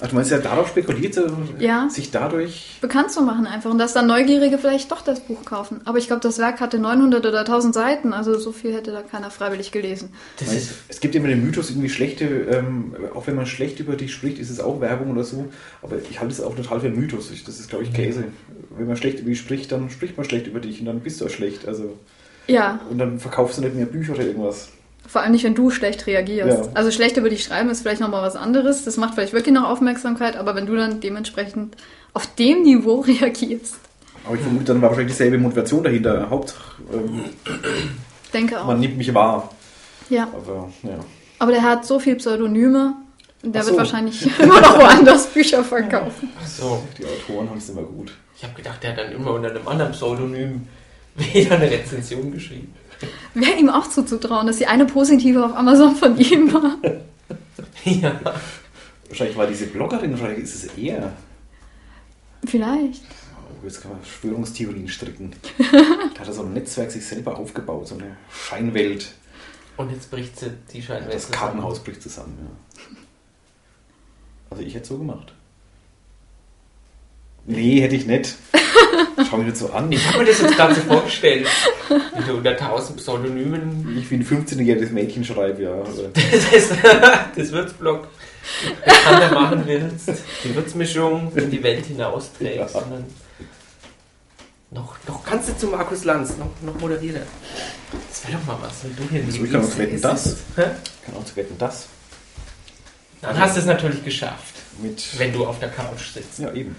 Ach, du Also meinst ja darauf spekuliert, äh, Ja. sich dadurch. Bekannt zu machen einfach und dass dann Neugierige vielleicht doch das Buch kaufen. Aber ich glaube, das Werk hatte 900 oder 1000 Seiten. Also so viel hätte da keiner freiwillig gelesen. Das Weil ist. Es gibt immer den Mythos, irgendwie schlechte, ähm, auch wenn man schlecht über dich spricht, ist es auch Werbung oder so. Aber ich halte es auch total für einen Mythos. Ich, das ist, Mhm. glaube ich, Käse. Wenn man schlecht über dich spricht, dann spricht man schlecht über dich und dann bist du auch schlecht. Also Ja, Und dann verkaufst du nicht mehr Bücher oder irgendwas. Vor allem nicht, wenn du schlecht reagierst. Ja. Also schlecht über dich schreiben ist vielleicht nochmal was anderes. Das macht vielleicht wirklich noch Aufmerksamkeit, aber wenn du dann dementsprechend auf dem Niveau reagierst, Aber Mhm. ich vermute, dann war wahrscheinlich dieselbe Motivation dahinter. Hauptsache, ähm, denke auch. man nimmt mich wahr. Ja. Aber ja. Aber der hat so viel Pseudonyme, der Ach wird so. wahrscheinlich immer noch woanders Bücher verkaufen. Ach so. Die Autoren haben es immer gut. Ich habe gedacht, der hat dann immer unter einem anderen Pseudonym wieder eine Rezension geschrieben. Wäre ihm auch zuzutrauen, dass die eine positive auf Amazon von ihm war. ja. Wahrscheinlich war diese Bloggerin, wahrscheinlich ist es eher. Vielleicht. Oh, jetzt kann man Verschwörungstheorien stricken. da hat er so ein Netzwerk sich selber aufgebaut, so eine Scheinwelt. Und jetzt bricht sie die Scheinwerfer. Das zusammen. Kartenhaus bricht zusammen, ja. Also ich hätte so gemacht. Nee, hätte ich nicht. Schau mich nicht so an. Ich habe mir das jetzt gerade so vorgestellt. Wie du unter tausend Pseudonymen. Ich wie ein 15-jähriges Mädchen schreibe, ja. Also, Das, ist, das Würzblock bekannter machen willst. Die Würzmischung in die Welt hinausträgst. Ja. Und dann noch, noch kannst du zu Markus Lanz, noch, noch moderiert er. Das wäre doch mal was, wenn du hier So, ich liegst. kann auch zu wetten, das. Hä? Ich kann auch zu wetten, das. Dann hast du es natürlich geschafft, Mit. wenn du auf der Couch sitzt. Ja, eben.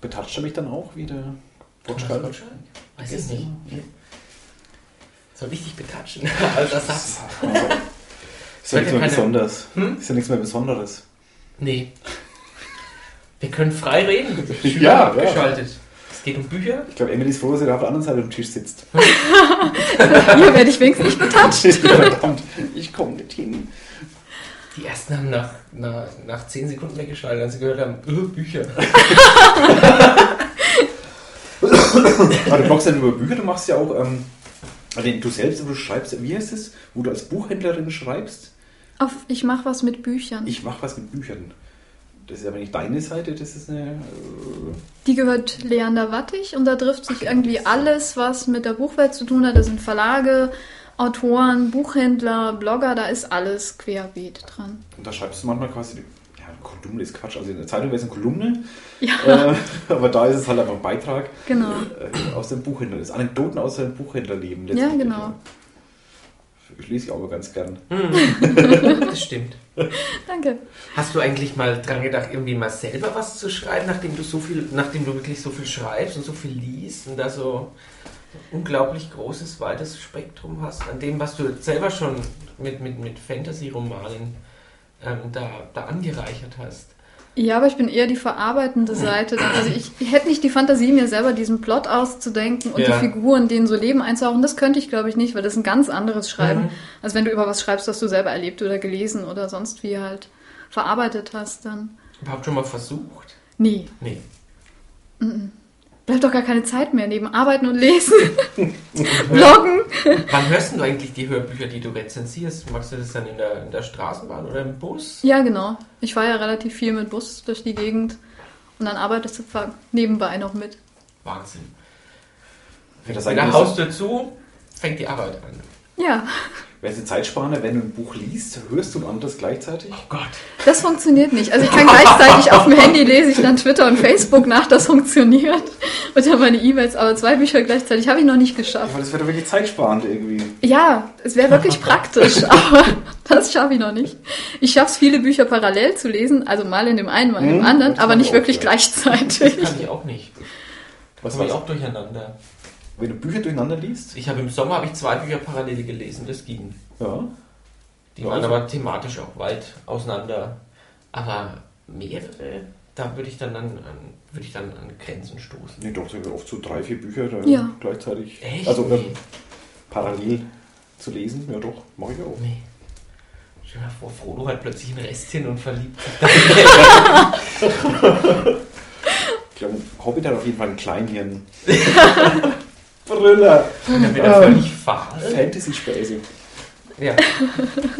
Betatscht er mich dann auch wieder? Thomas Gottschalk? Weiß ich nicht. So richtig betatschen. Also das hast Ist ja nichts mehr Keine- Besonderes. Hm? Ist ja nichts mehr Besonderes. Nee. Wir können frei reden. Schüler Ja, abgeschaltet. Es geht um Bücher. Ich glaube, Emily ist froh, dass sie da auf der anderen Seite am Tisch sitzt. Hm? Hier werde ich wenigstens nicht betatscht. Verdammt, ich komme nicht hin. Die ersten haben nach, nach, nach 10 Sekunden weggeschaltet, als sie gehört haben, öh, Bücher. Aber du bloggst ja nicht über Bücher, du machst ja auch, ähm, also du selbst, aber du schreibst, wie heißt es, wo du als Buchhändlerin schreibst, Auf, ich mache was mit Büchern. ich mache was mit Büchern. Das ist aber nicht deine Seite, das ist eine. Die gehört Leander Wattig und da trifft sich irgendwie alles, was mit der Buchwelt zu tun hat. Da sind Verlage, Autoren, Buchhändler, Blogger, da ist alles querbeet dran. Und da schreibst du manchmal quasi, ja, eine Kolumne ist Quatsch, also in der Zeitung wäre es eine Kolumne, Ja, äh, aber da ist es halt einfach ein Beitrag genau. äh, aus dem Buchhändler, das ist Anekdoten aus dem Buchhändlerleben. Ja, letztendlich, genau. ja. Ich lese ich auch immer ganz gern. Das stimmt. Danke. Hast du eigentlich mal dran gedacht, irgendwie mal selber was zu schreiben, nachdem du so viel, nachdem du wirklich so viel schreibst und so viel liest und da so ein unglaublich großes, weites Spektrum hast, an dem, was du jetzt selber schon mit, mit, mit Fantasy-Romanen ähm, da, da angereichert hast? Ja, aber ich bin eher die verarbeitende Seite. Also ich hätte nicht die Fantasie, mir selber diesen Plot auszudenken und Ja. die Figuren, denen so Leben einzuhauchen. Das könnte ich, glaube ich, nicht, weil das ist ein ganz anderes Schreiben. Mhm. Also wenn du über was schreibst, das du selber erlebt oder gelesen oder sonst wie halt verarbeitet hast, dann... Überhaupt schon mal versucht? Nee, Nee. bleibt doch gar keine Zeit mehr neben Arbeiten und Lesen. Bloggen. Wann hörst denn du eigentlich die Hörbücher, die du rezensierst? Machst du das dann in der, in der Straßenbahn oder im Bus? Ja, genau. Ich fahre ja relativ viel mit Bus durch die Gegend und dann arbeitest du zwar nebenbei noch mit. Wahnsinn. Wenn das Bei der eigentlich- Haustür zu, fängt die Arbeit an. Ja, Wäre es eine Zeitspanne, wenn du ein Buch liest, hörst du ein anderes gleichzeitig? Oh Gott. das funktioniert nicht. Also ich kann gleichzeitig auf dem Handy lese ich dann Twitter und Facebook nach, das funktioniert. Und dann meine E-Mails, aber zwei Bücher gleichzeitig habe ich noch nicht geschafft. Aber das wäre doch wirklich zeitsparend irgendwie. Ja, es wäre wirklich praktisch, aber das schaffe ich noch nicht. Ich schaffe es, viele Bücher parallel zu lesen, also mal in dem einen, mal in dem Hm, anderen, das kann aber ich nicht auch, wirklich ja. gleichzeitig. Kann ich auch nicht. Das Was war war ich auch durcheinander. Wenn du Bücher durcheinander liest? Ich habe im Sommer habe ich zwei Bücher parallel gelesen, das ging. Ja. Die Ja, also waren ich- aber thematisch auch weit auseinander. Aber mehrere, da würde ich dann an, an, würde ich dann an Grenzen stoßen. Nee, doch, sind oft so drei, vier Bücher da Ja. gleichzeitig. Echt? Also ähm, Nee. parallel zu lesen. Ja doch, mache ich auch. Nee. Stell dir mal vor, Frodo hat plötzlich ein Restchen und verliebt sich Ich glaube, ein Hobbit hat auf jeden Fall ein Kleinhirn. Brüller! dann wieder Ähm. völlig fahl. Fantasy-Späße. Ja.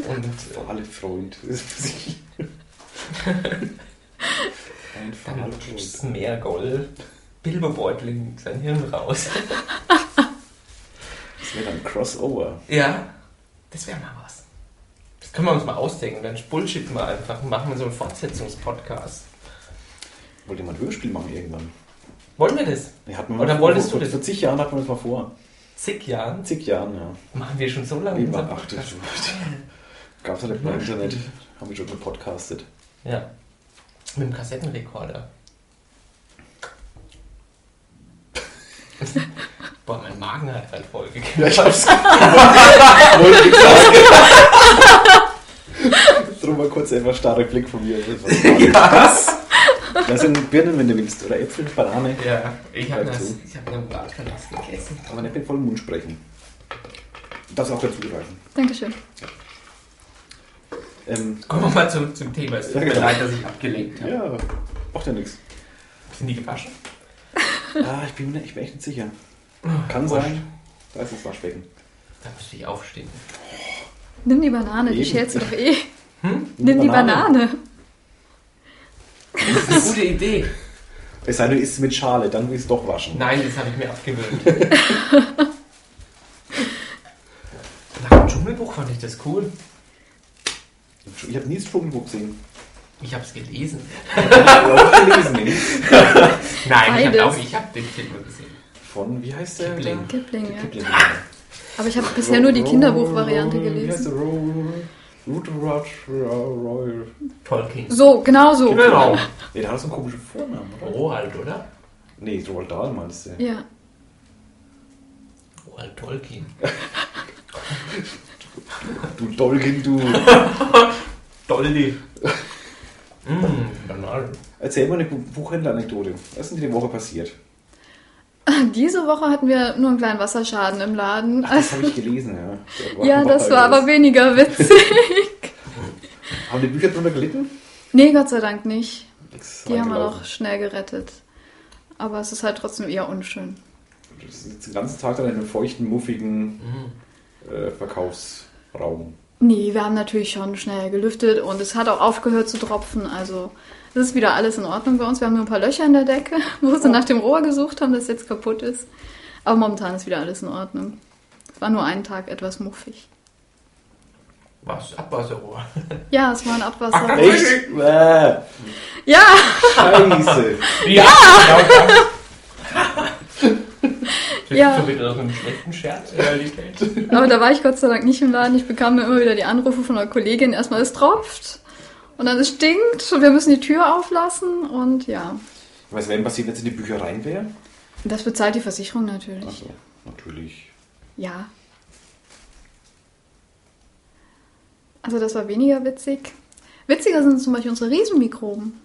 Und Für Oh, alle Freund. Das ist für sich. Ein Dann Freund. plumpst mehr Gold. Bilbebeutel sein Hirn raus. Das wäre dann ein Crossover. Ja, das wäre mal was. Das können wir uns mal ausdenken. Dann bullshitten wir einfach und machen so einen Fortsetzungspodcast. Wollte mal ein Hörspiel machen irgendwann. Wollen wir das? Nee, hatten wir Oder mal wolltest vor, du das? Vor zig Jahren hatten wir das mal vor. Zig Jahren? Zig Jahren, ja. Machen wir schon so lange Wie man unseren achtet. Podcast. Gab es halt beim Internet. Haben wir schon gepodcastet. Ja. Mit dem Kassettenrekorder. Boah, mein Magen hat halt voll Ja, gekippt. ich hab's Wollte ich sagen. Drum mal kurz einfach starrer Blick von mir. Das? Das sind Birnen, wenn du willst. Oder Äpfel, Banane. Ja, ich habe Bleib zu. hab einen Bratverlust gegessen. Aber nicht mit vollem Mund sprechen. Du darfst auch dazu greifen. Dankeschön. Ähm, Kommen wir mal zurück zum Thema. Es tut Ja, mir genau. leid, dass ich abgelenkt habe. ja, macht ja nichts. Sind die gewaschen? Ah, ich bin mir nicht- ich bin echt nicht sicher. Kann sein. Da ist das Waschbecken. Da müsste ich aufstehen. Nimm die Banane, die Eben. schälst du doch eh. Hm? Nimm die Banane. Das ist eine gute Idee. Es sei denn, ist mit Schale, dann will ich es doch waschen. Nein, das habe ich mir abgewöhnt. Nach dem Dschungelbuch fand ich das cool. Ich habe nie das Dschungelbuch gesehen. Ich habe es gelesen. Ich habe gelesen, nämlich Nein, ich Beides. habe auch, ich habe den Film nur gesehen. Von, wie heißt der? Kipling. Kipling, ja. Kipling. genau. Aber ich habe bisher nur die Kinderbuchvariante gelesen. gelesen. Tolkien. So, genau so. Genau. Nee, der hat so einen komischen Vornamen, oder? Roald, oder? Nee, Roald Dahl meinst du. Ja. Roald Tolkien. Du Dolgin, du. Dolly. Mmh, banal. Erzähl mal eine Bu- Buchhändler-Anekdote. Was ist denn die Woche passiert? Diese Woche hatten wir nur einen kleinen Wasserschaden im Laden. Ach, das habe ich gelesen, ja. Da ja, ein das Bach war bei aber weniger witzig. uns. Haben die Bücher drunter gelitten? nee, Gott sei Dank nicht. Nix. Die haben wir reingelaufen. noch schnell gerettet. Aber es ist halt trotzdem eher unschön. Du sitzt den ganzen Tag dann in einem feuchten, muffigen Mhm. äh, Verkaufsraum. Nee, wir haben natürlich schon schnell gelüftet und es hat auch aufgehört zu tropfen. Also es ist wieder alles in Ordnung bei uns. Wir haben nur ein paar Löcher in der Decke, wo sie nach dem Rohr gesucht haben, das jetzt kaputt ist. Aber momentan ist wieder alles in Ordnung. Es war nur einen Tag etwas muffig. Was? Abwasserrohr. Ja, es war ein Abwasser. Echt? Bäh. Ja, Scheiße. Ja! Genau das. Das Ja. ist so wieder so einen schlechten Scherz. Realität. aber da war ich Gott sei Dank nicht im Laden. Ich bekam dann immer wieder die Anrufe von einer Kollegin. Erstmal es tropft und dann es stinkt und wir müssen die Tür auflassen und ja. Was wäre denn passiert, wenn es in die Bücher rein wäre? Das bezahlt die Versicherung natürlich. Achso, natürlich. Ja. Also das war weniger witzig. Witziger sind zum Beispiel unsere Riesenmikroben.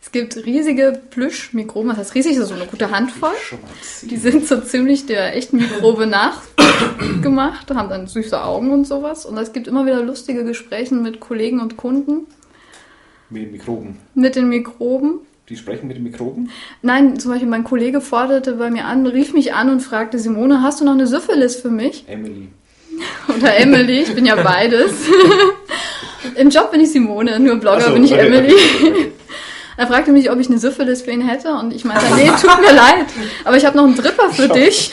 Es gibt riesige Plüschmikroben, was heißt riesig, so eine gute Handvoll. Schon mal gesehen. Die sind so ziemlich der echten Mikrobe nachgemacht, haben dann süße Augen und sowas. Und es gibt immer wieder lustige Gespräche mit Kollegen und Kunden Mit den Mikroben. mit den Mikroben. Die sprechen mit den Mikroben? Nein, zum Beispiel mein Kollege forderte bei mir an, rief mich an und fragte, Simone, hast du noch eine Syphilis für mich? Emily. Oder Emily, ich bin ja beides. Im Job bin ich Simone, nur im Blogger Ach so, bin ich okay. Emily. Er fragte mich, ob ich eine Syphilis für ihn hätte und ich meinte, nee, tut mir leid, aber ich habe noch einen Dripper für dich.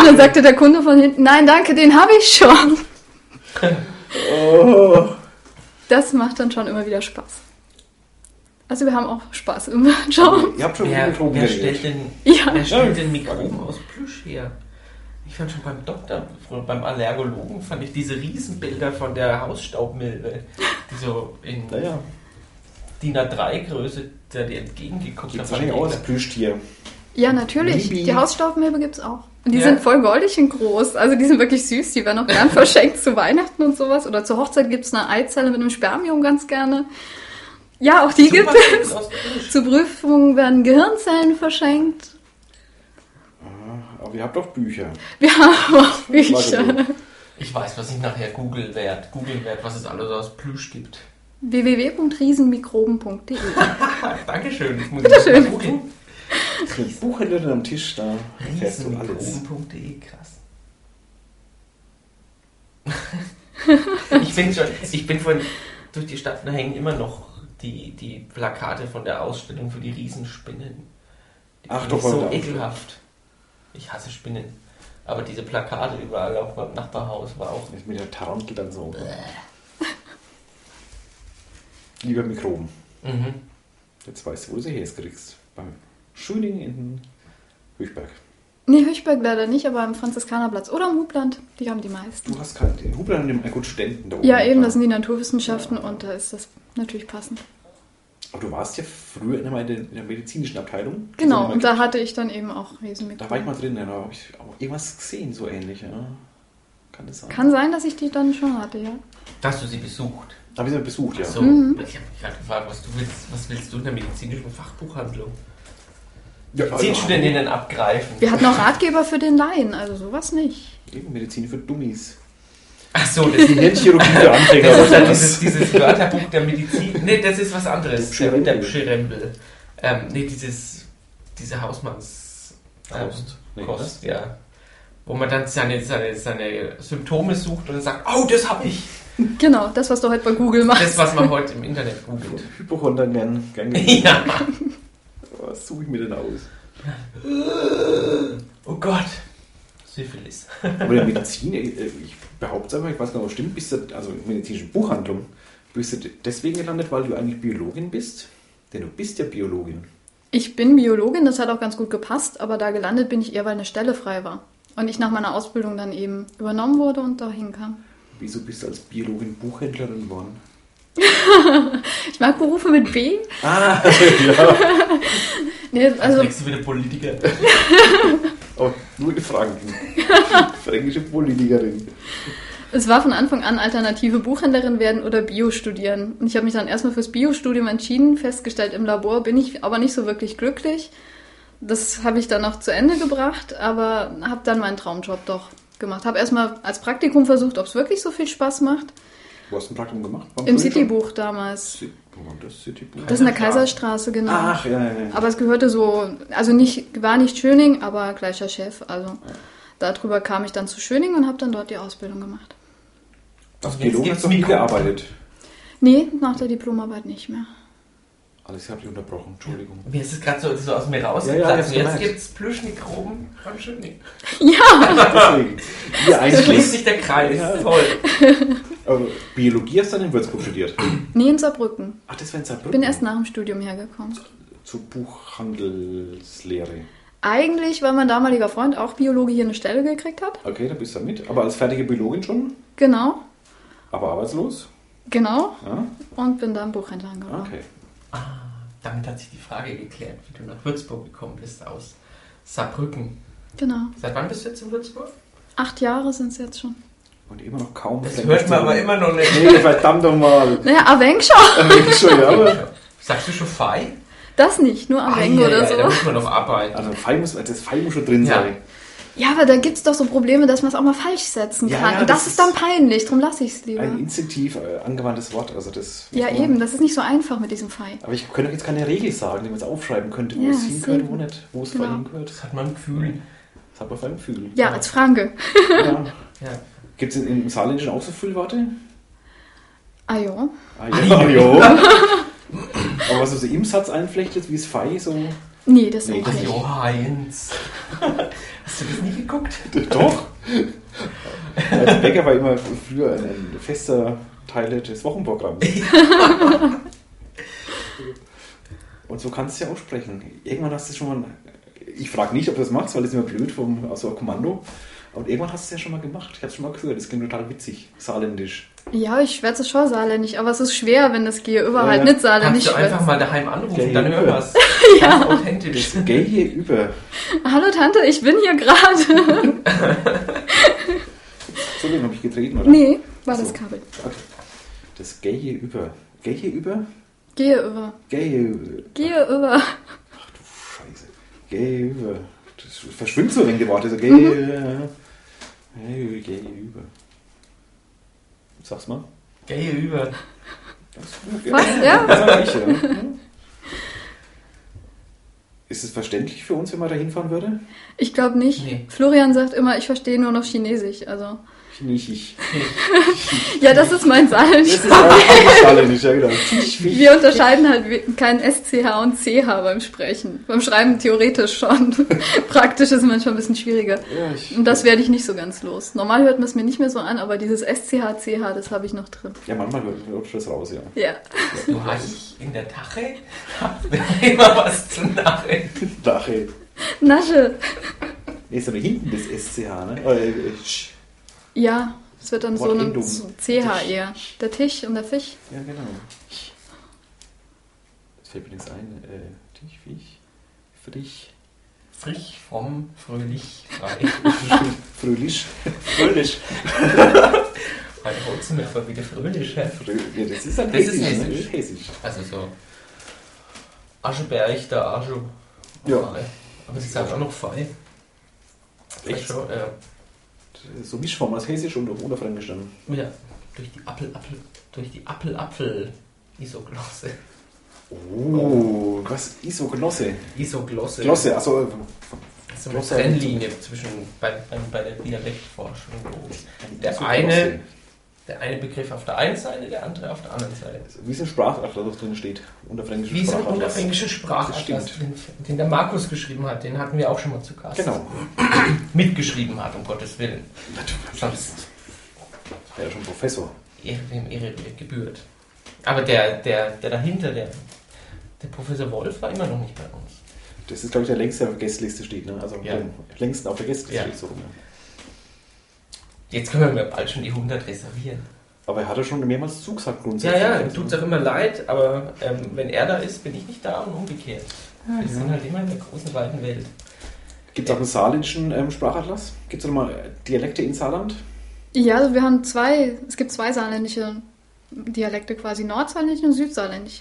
Und dann sagte der Kunde von hinten, nein, danke, den habe ich schon. Oh. Das macht dann schon immer wieder Spaß. Also wir haben auch Spaß im Job. Ihr habt schon mit den Wer, Mikroben wer stellt geredet. denn, Ja. wer stellt Ja. denn Mikroben aus Plüsch her? Ich fand schon beim Doktor, früher beim Allergologen, fand ich diese Riesenbilder von der Hausstaubmilbe, die so in Naja, DIN A3-Größe da dir entgegengeguckt gibt es fand ich wahrscheinlich auch ekelhaft. als Plüschtier. Ja, natürlich. Bibi. Die Hausstaubmilbe gibt's auch. Und die Ja. sind voll goldig groß. Also die sind wirklich süß. Die werden auch gern verschenkt zu Weihnachten und sowas. Oder zur Hochzeit gibt's eine Eizelle mit einem Spermium ganz gerne. Ja, auch die Super gibt es. aus Plüsch. Zu Prüfungen werden Gehirnzellen verschenkt. Aber ihr habt doch Bücher. Wir haben auch Bücher. Warte, Ich weiß, was ich nachher googeln werde. Googeln werde, was es alles aus Plüsch gibt. www.riesenmikroben.de Dankeschön. Das muss ich mal googeln. Das ist eine Buchhändlerin am Tisch da. Erfährst du alles. E, Riesenmikroben.de, krass. ich, bin schon, ich bin von durch die Stadt, da hängen immer noch die, die Plakate von der Ausstellung für die Riesenspinnen. Die Ach, finde doch, ich wollen so wir auch. ekelhaft. Ich hasse Spinnen. Aber diese Plakate überall, auch beim Nachbarhaus, war auch Mit der Tarantel dann so. Lieber Mikroben. Mhm. Jetzt weißt du, wo du sie herkriegst. Beim Schöning in Höchberg. Nee, Höchberg leider nicht, aber am Franziskanerplatz oder am Hubland. Die haben die meisten. Du hast keinen den Hubler und den gut Studenten da oben. Ja, eben, das sind die Naturwissenschaften und da ist das natürlich passend. Aber du warst ja früher in der, in der medizinischen Abteilung. Genau, Also, und da hatte ich dann eben auch Riesenmikroben. da war ich mal drin, ja, da habe ich auch irgendwas gesehen, so ähnlich. Ja. Kann das sein? Kann sein, dass ich die dann schon hatte, ja. Da hast du sie besucht. Habe ich sie besucht, ja. So, Mhm. ich habe mich gerade gefragt, was du willst, was willst du in der medizinischen Fachbuchhandlung? ja also Medizinstudentinnen abgreifen. Wir hatten auch Ratgeber für den Laien, also sowas nicht. Eben Medizin für Dummies. Ach so, das, Die Hirnchirurgie für Anfänger. das ist ja oder dieses, was? dieses Wörterbuch der Medizin. Nee, das ist was Der anderes. Der, Pschirembel. der Pschirembel. Ähm, nee, dieses, diese Hausmanns... ähm, Kost. Nee, Kost, ja. wo man dann seine, seine, seine Symptome sucht und sagt, oh, das habe ich. Genau, das, was du heute bei Google machst. Das, was man heute im Internet googelt. Hypochonder nennen. Gerne. ja. Was suche ich mir denn aus? Oh Gott. Syphilis. Aber in der Medizin, äh, ich behaupte es einfach, ich weiß nicht, ob es stimmt, bist du, also in der medizinischen Buchhandlung, bist du deswegen gelandet, weil du eigentlich Biologin bist? Denn du bist ja Biologin. Ich bin Biologin, das hat auch ganz gut gepasst, aber da gelandet bin ich eher, weil eine Stelle frei war. Und ich nach meiner Ausbildung dann eben übernommen wurde und dahin kam. Wieso bist du als Biologin Buchhändlerin geworden? Ich mag Berufe mit B. Ah, ja. Nee, also Nächste wieder Politiker. Aber Oh, nur in Franken. Fränkische Politikerin. es war von Anfang an alternative Buchhändlerin werden oder Bio studieren. Und ich habe mich dann erstmal fürs Bio-Studium entschieden, festgestellt, im Labor bin ich aber nicht so wirklich glücklich. Das habe ich dann noch zu Ende gebracht, aber habe dann meinen Traumjob doch gemacht. Habe erstmal als Praktikum versucht, ob es wirklich so viel Spaß macht. Wo hast du ein Praktikum gemacht? Beim Im Bild- Citybuch damals. Si- Wo war das Citybuch? Das ist in der Kaiserstraße, genau. Ach, ja, ja, ja. Aber es gehörte so, also nicht, war nicht Schöning, aber gleicher Chef. Also darüber kam ich dann zu Schöning und habe dann dort die Ausbildung gemacht. Als Jetzt Biologin gibt's hast du noch nie Mikro. gearbeitet. Nee, nach der Diplomarbeit nicht mehr. Alles, ich habe dich unterbrochen, Entschuldigung. Mir ist es gerade so, so aus mir Ja, ja, ich rausgeplatzt. hab's Und jetzt gemerkt. gibt es Plüschmikroben. Ganz schön. nicht. Deswegen. Hier So schließt eigentlich. sich der Kreis. Ja. Toll. Aber Biologie hast du dann in Würzburg studiert. Nee, in Saarbrücken. Ach, das war in Saarbrücken. Bin erst nach dem Studium hergekommen. Zur Buchhandelslehre. Eigentlich, weil mein damaliger Freund auch Biologe hier eine Stelle gekriegt hat. Okay, da bist du mit. Aber als fertige Biologin schon, Genau, aber arbeitslos. genau. Ja, Und bin dann Buchhändlerin geworden. okay. Damit hat sich die Frage geklärt, wie du nach Würzburg gekommen bist aus Saarbrücken. Genau. Seit wann bist du jetzt in Würzburg? Acht Jahre sind es jetzt schon. Und immer noch kaum. Das hört man aber immer noch nicht. Nee, verdammt nochmal. Naja, Avengschau. Schon, ja, aber. Sagst du schon Fei? Das nicht, nur Aveng Ei, ei, oder ei, Da so. muss man noch arbeiten. Also, Fall muss, das Fall muss schon drin Ja. sein. Ja, aber da gibt es doch so Probleme, dass man es auch mal falsch setzen Ja, kann. ja, Und das das ist ist- dann peinlich, drum lasse ich es lieber. Ein instinktiv äh, angewandtes Wort. Also das Ja, muss man- eben, das ist nicht so einfach mit diesem Pfeil. Aber ich könnte euch jetzt keine Regel sagen, die man jetzt aufschreiben könnte, wo Ja, es hingehört, deswegen. wo nicht, wo es Genau. vorhin hingehört. Das hat man ein Gefühl. Das hat man vor allem Gefühl. Ja, als Franke. Ja. Ja. Gibt es im Saarländischen auch so Füllworte? Ah ja. Ah, ja. Ah, ja. Aber was du so im Satz einflechtet, wie es Fei so. Nee, das Nee, auch das nicht. Jo, Heinz. Hast du das nie geguckt? Doch! Als Bäcker Also war immer früher ein, ein fester Teil des Wochenprogramms. Und so kannst du ja auch sprechen. Irgendwann hast du schon mal. Ich frage nicht, ob du das machst, weil das ist immer blöd vom also auf Kommando. Und irgendwann hast du es ja schon mal gemacht. Ich habe es schon mal gehört. Das klingt total witzig. Saarländisch. Ja, ich schwätze schon saarländisch, aber es ist schwer, wenn das gehe. Überall Ja, ja. nicht saarländisch Kannst du einfach schwätzen. mal daheim anrufen, Ja, dann ja. hören wir es. Ganz authentisch. Das Gay hier über. Hallo Tante, ich bin hier gerade. So den habe ich getreten, oder? nee, war das So. Kabel. Okay. Das Gay hier über. Gay hier über? Gehe über. Gay hier über. Gehe über. Scheiße. Gay über. Das verschwimmt so, wenn die Worte so. Gay über. Gay gay äh, über. Sag's mal. Geh hier über. Das, ja, Was? Ja? das sag ich, ja. Mhm. Ist es verständlich für uns, wenn man da hinfahren würde? Ich glaube nicht. Nee. Florian sagt immer, ich verstehe nur noch Chinesisch. Also. Chinesisch. Ja, das ist mein Saarländisch. Das ist auch Saarländisch, ja genau. Wir unterscheiden halt we- kein SCH und CH beim Sprechen. Beim Schreiben theoretisch schon. Praktisch ist es manchmal ein bisschen schwieriger. Ja, ich- Und das werde ich nicht so ganz los. Normal hört man es mir nicht mehr so an, aber dieses SCH, CH, das habe ich noch drin. Ja, manchmal rutscht das raus, ja. Ja. War ich in der Tache? Hab mir immer was zu nachrichten. Dache. Nasche. Nee, ist aber hinten das SCH, ne? Äh, äh, sch. Ja, es wird dann so ein Wortendung. so CH eher. Der Tisch und der Fisch. Ja, genau. Jetzt fällt mir nichts ein. Äh, dich, Fisch, Frisch, Frisch, fromm, fröhlich, frei. Fröhlich. Fröhlich. Meine Hotzen mir voll wieder fröhlich, hä? Ja, das ist ein Das Hessisch. ist ne? Hessisch. Das ist Hessisch. Also so. Ascheberg, der Asche. Ja. Aber sie sagt auch noch frei. Echt? Schon, ja. Das ist So Mischform aus Hessisch und auch Unterfränkisch dann. ja. Durch die Appel, Appel, durch die Appel, Apfel. Isoglosse. Oh, was? Isoglosse. Isoglosse. Glosse, also so eine Trennlinie zwischen bei, bei, bei der Dialektforschung. wo Der eine, der eine Begriff auf der einen Seite, der andere auf der anderen Seite. Wie ist ein Sprachatlas, drin steht? Unter fränkischen Wie ist ein Sprachatlas. unterfränkische Das Sprachatlas, den, den der Markus geschrieben hat, den hatten wir auch schon mal zu Gast. Genau. Mitgeschrieben hat, um Gottes Willen. Sonst Wäre schon Professor. Ehre, wem Ehre gebührt. Aber der, der, der dahinter, der, der Professor Wolf war immer noch nicht bei uns. Das ist, glaube ich, der längste, der auf der Gästeliste steht. Ne? Also Ja. am längsten auf der Gästeliste Ja. steht so. Ne? Jetzt können wir bald schon die 100 reservieren. Aber er hatte schon mehrmals zugesagt Ja, grundsätzlich. ja, Also, tut's auch immer leid, aber ähm, wenn er da ist, bin ich nicht da und umgekehrt. Ah, Wir sind halt immer in der großen, weiten Welt. Gibt es auch einen saarländischen ähm, Sprachatlas? Gibt es nochmal Dialekte in Saarland? Ja, also wir haben zwei, es gibt zwei saarländische Dialekte quasi, nordsaarländisch und südsaarländisch.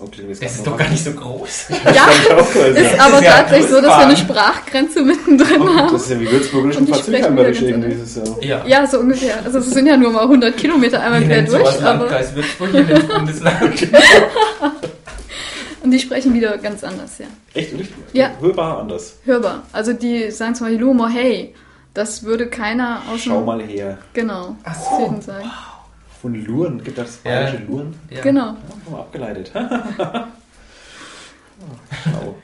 Okay, das Das ist doch gar nicht so groß. Ja, nicht. ist aber ja Oh, tatsächlich so, dass Nussbahn. wir eine Sprachgrenze mittendrin haben. Das ist ja wie würzburgisch Genau. Und und die sprechen französisch nirgends irgendwie. anders. Das ist ja- Ja. Ja, so ungefähr. Also es sind ja nur mal 100 Kilometer einmal Wir quer nennen sowas durch, aber Landkreis Würzburg, wir nennen es Bundesland. und die sprechen wieder ganz anders, ja. Echt richtig? Ja. Hörbar anders. Hörbar. Also die sagen zum Beispiel Lumo Hey. Das würde keiner aus Schau dem mal her. genau Ach Süden sagen. Von Luren. Gibt das Ja. bayerische Luren? Ja. Genau. Ja, haben wir abgeleitet. Ah, Schau.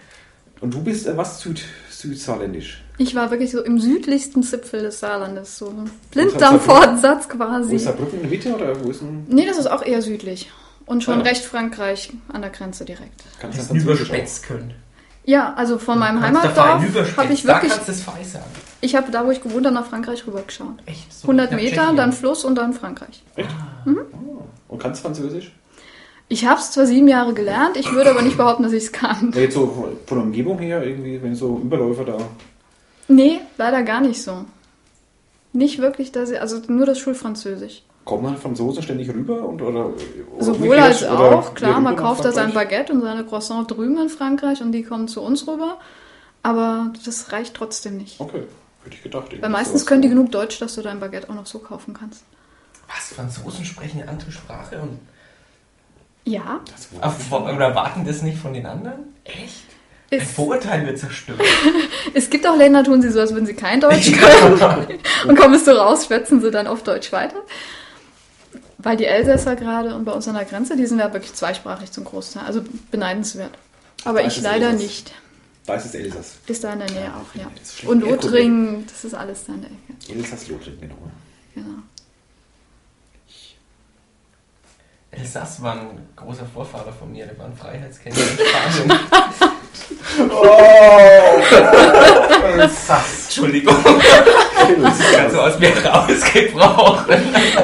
Und du bist äh, was Süd Südsaarländisch? Ich war wirklich so im südlichsten Zipfel des Saarlandes, so ein Saarbrücken? Blinddarmfortsatz Wo ist quasi. Saarbrücken in der Mitte oder wo ist ein. Nee, das ist auch eher südlich und schon Ah. recht Frankreich an der Grenze direkt. Kannst Das du das dann Überspätz können. Ja, also von meinem Kannst du da fein Heimatdorf Überspätz, habe ich da wirklich, kannst du es fein sagen. ich habe da, wo ich gewohnt habe, nach Frankreich rübergeschaut. Echt? So 100 nach Meter, Tschechien. dann Fluss und dann Frankreich. Und kannst du Französisch? Ich habe es zwar sieben Jahre gelernt, ich würde aber nicht behaupten, dass ich es kann. Ja, jetzt so von der Umgebung her, irgendwie, wenn so Überläufer da. Nee, leider gar nicht so. Nicht wirklich, dass ich, also nur das Schulfranzösisch. Kommen halt Franzosen ständig rüber und oder. oder Sowohl umgekehrt als oder auch, klar, wieder man rüber kauft nach da sein Frankreich? Baguette und seine Croissant drüben in Frankreich und die kommen zu uns rüber. Aber das reicht trotzdem nicht. Okay, hätte ich gedacht. irgendwie Weil meistens sowas. können die genug Deutsch, dass du dein Baguette auch noch so kaufen kannst. Was? Franzosen sprechen eine andere Sprache und Ja, Das wundert Ach, wo- oder warten das nicht von den anderen? Echt? Ein es, Vorurteil wird zerstört. es gibt auch Länder, tun sie so, als würden sie kein Deutsch können. und kommst du raus, schwätzen sie dann auf Deutsch weiter. Weil die Elsässer gerade und bei uns an der Grenze, die sind ja wirklich zweisprachig zum Großteil. Also beneidenswert. Aber Da ich ist es leider Elsass. eh nicht. Da ist es Elsass. Ist da in der Nähe auch, ja. Das ist schlimm. Und Ja, gut. Lothringen, das ist alles da in der Ecke. Elsass-Lothringen, genau. Genau. Elsass war ein großer Vorfahrer von mir, der war ein Freiheitskämpfer in Spanien. Oh, Elsass, Entschuldigung. Das Ganze aus mir rausgebraucht.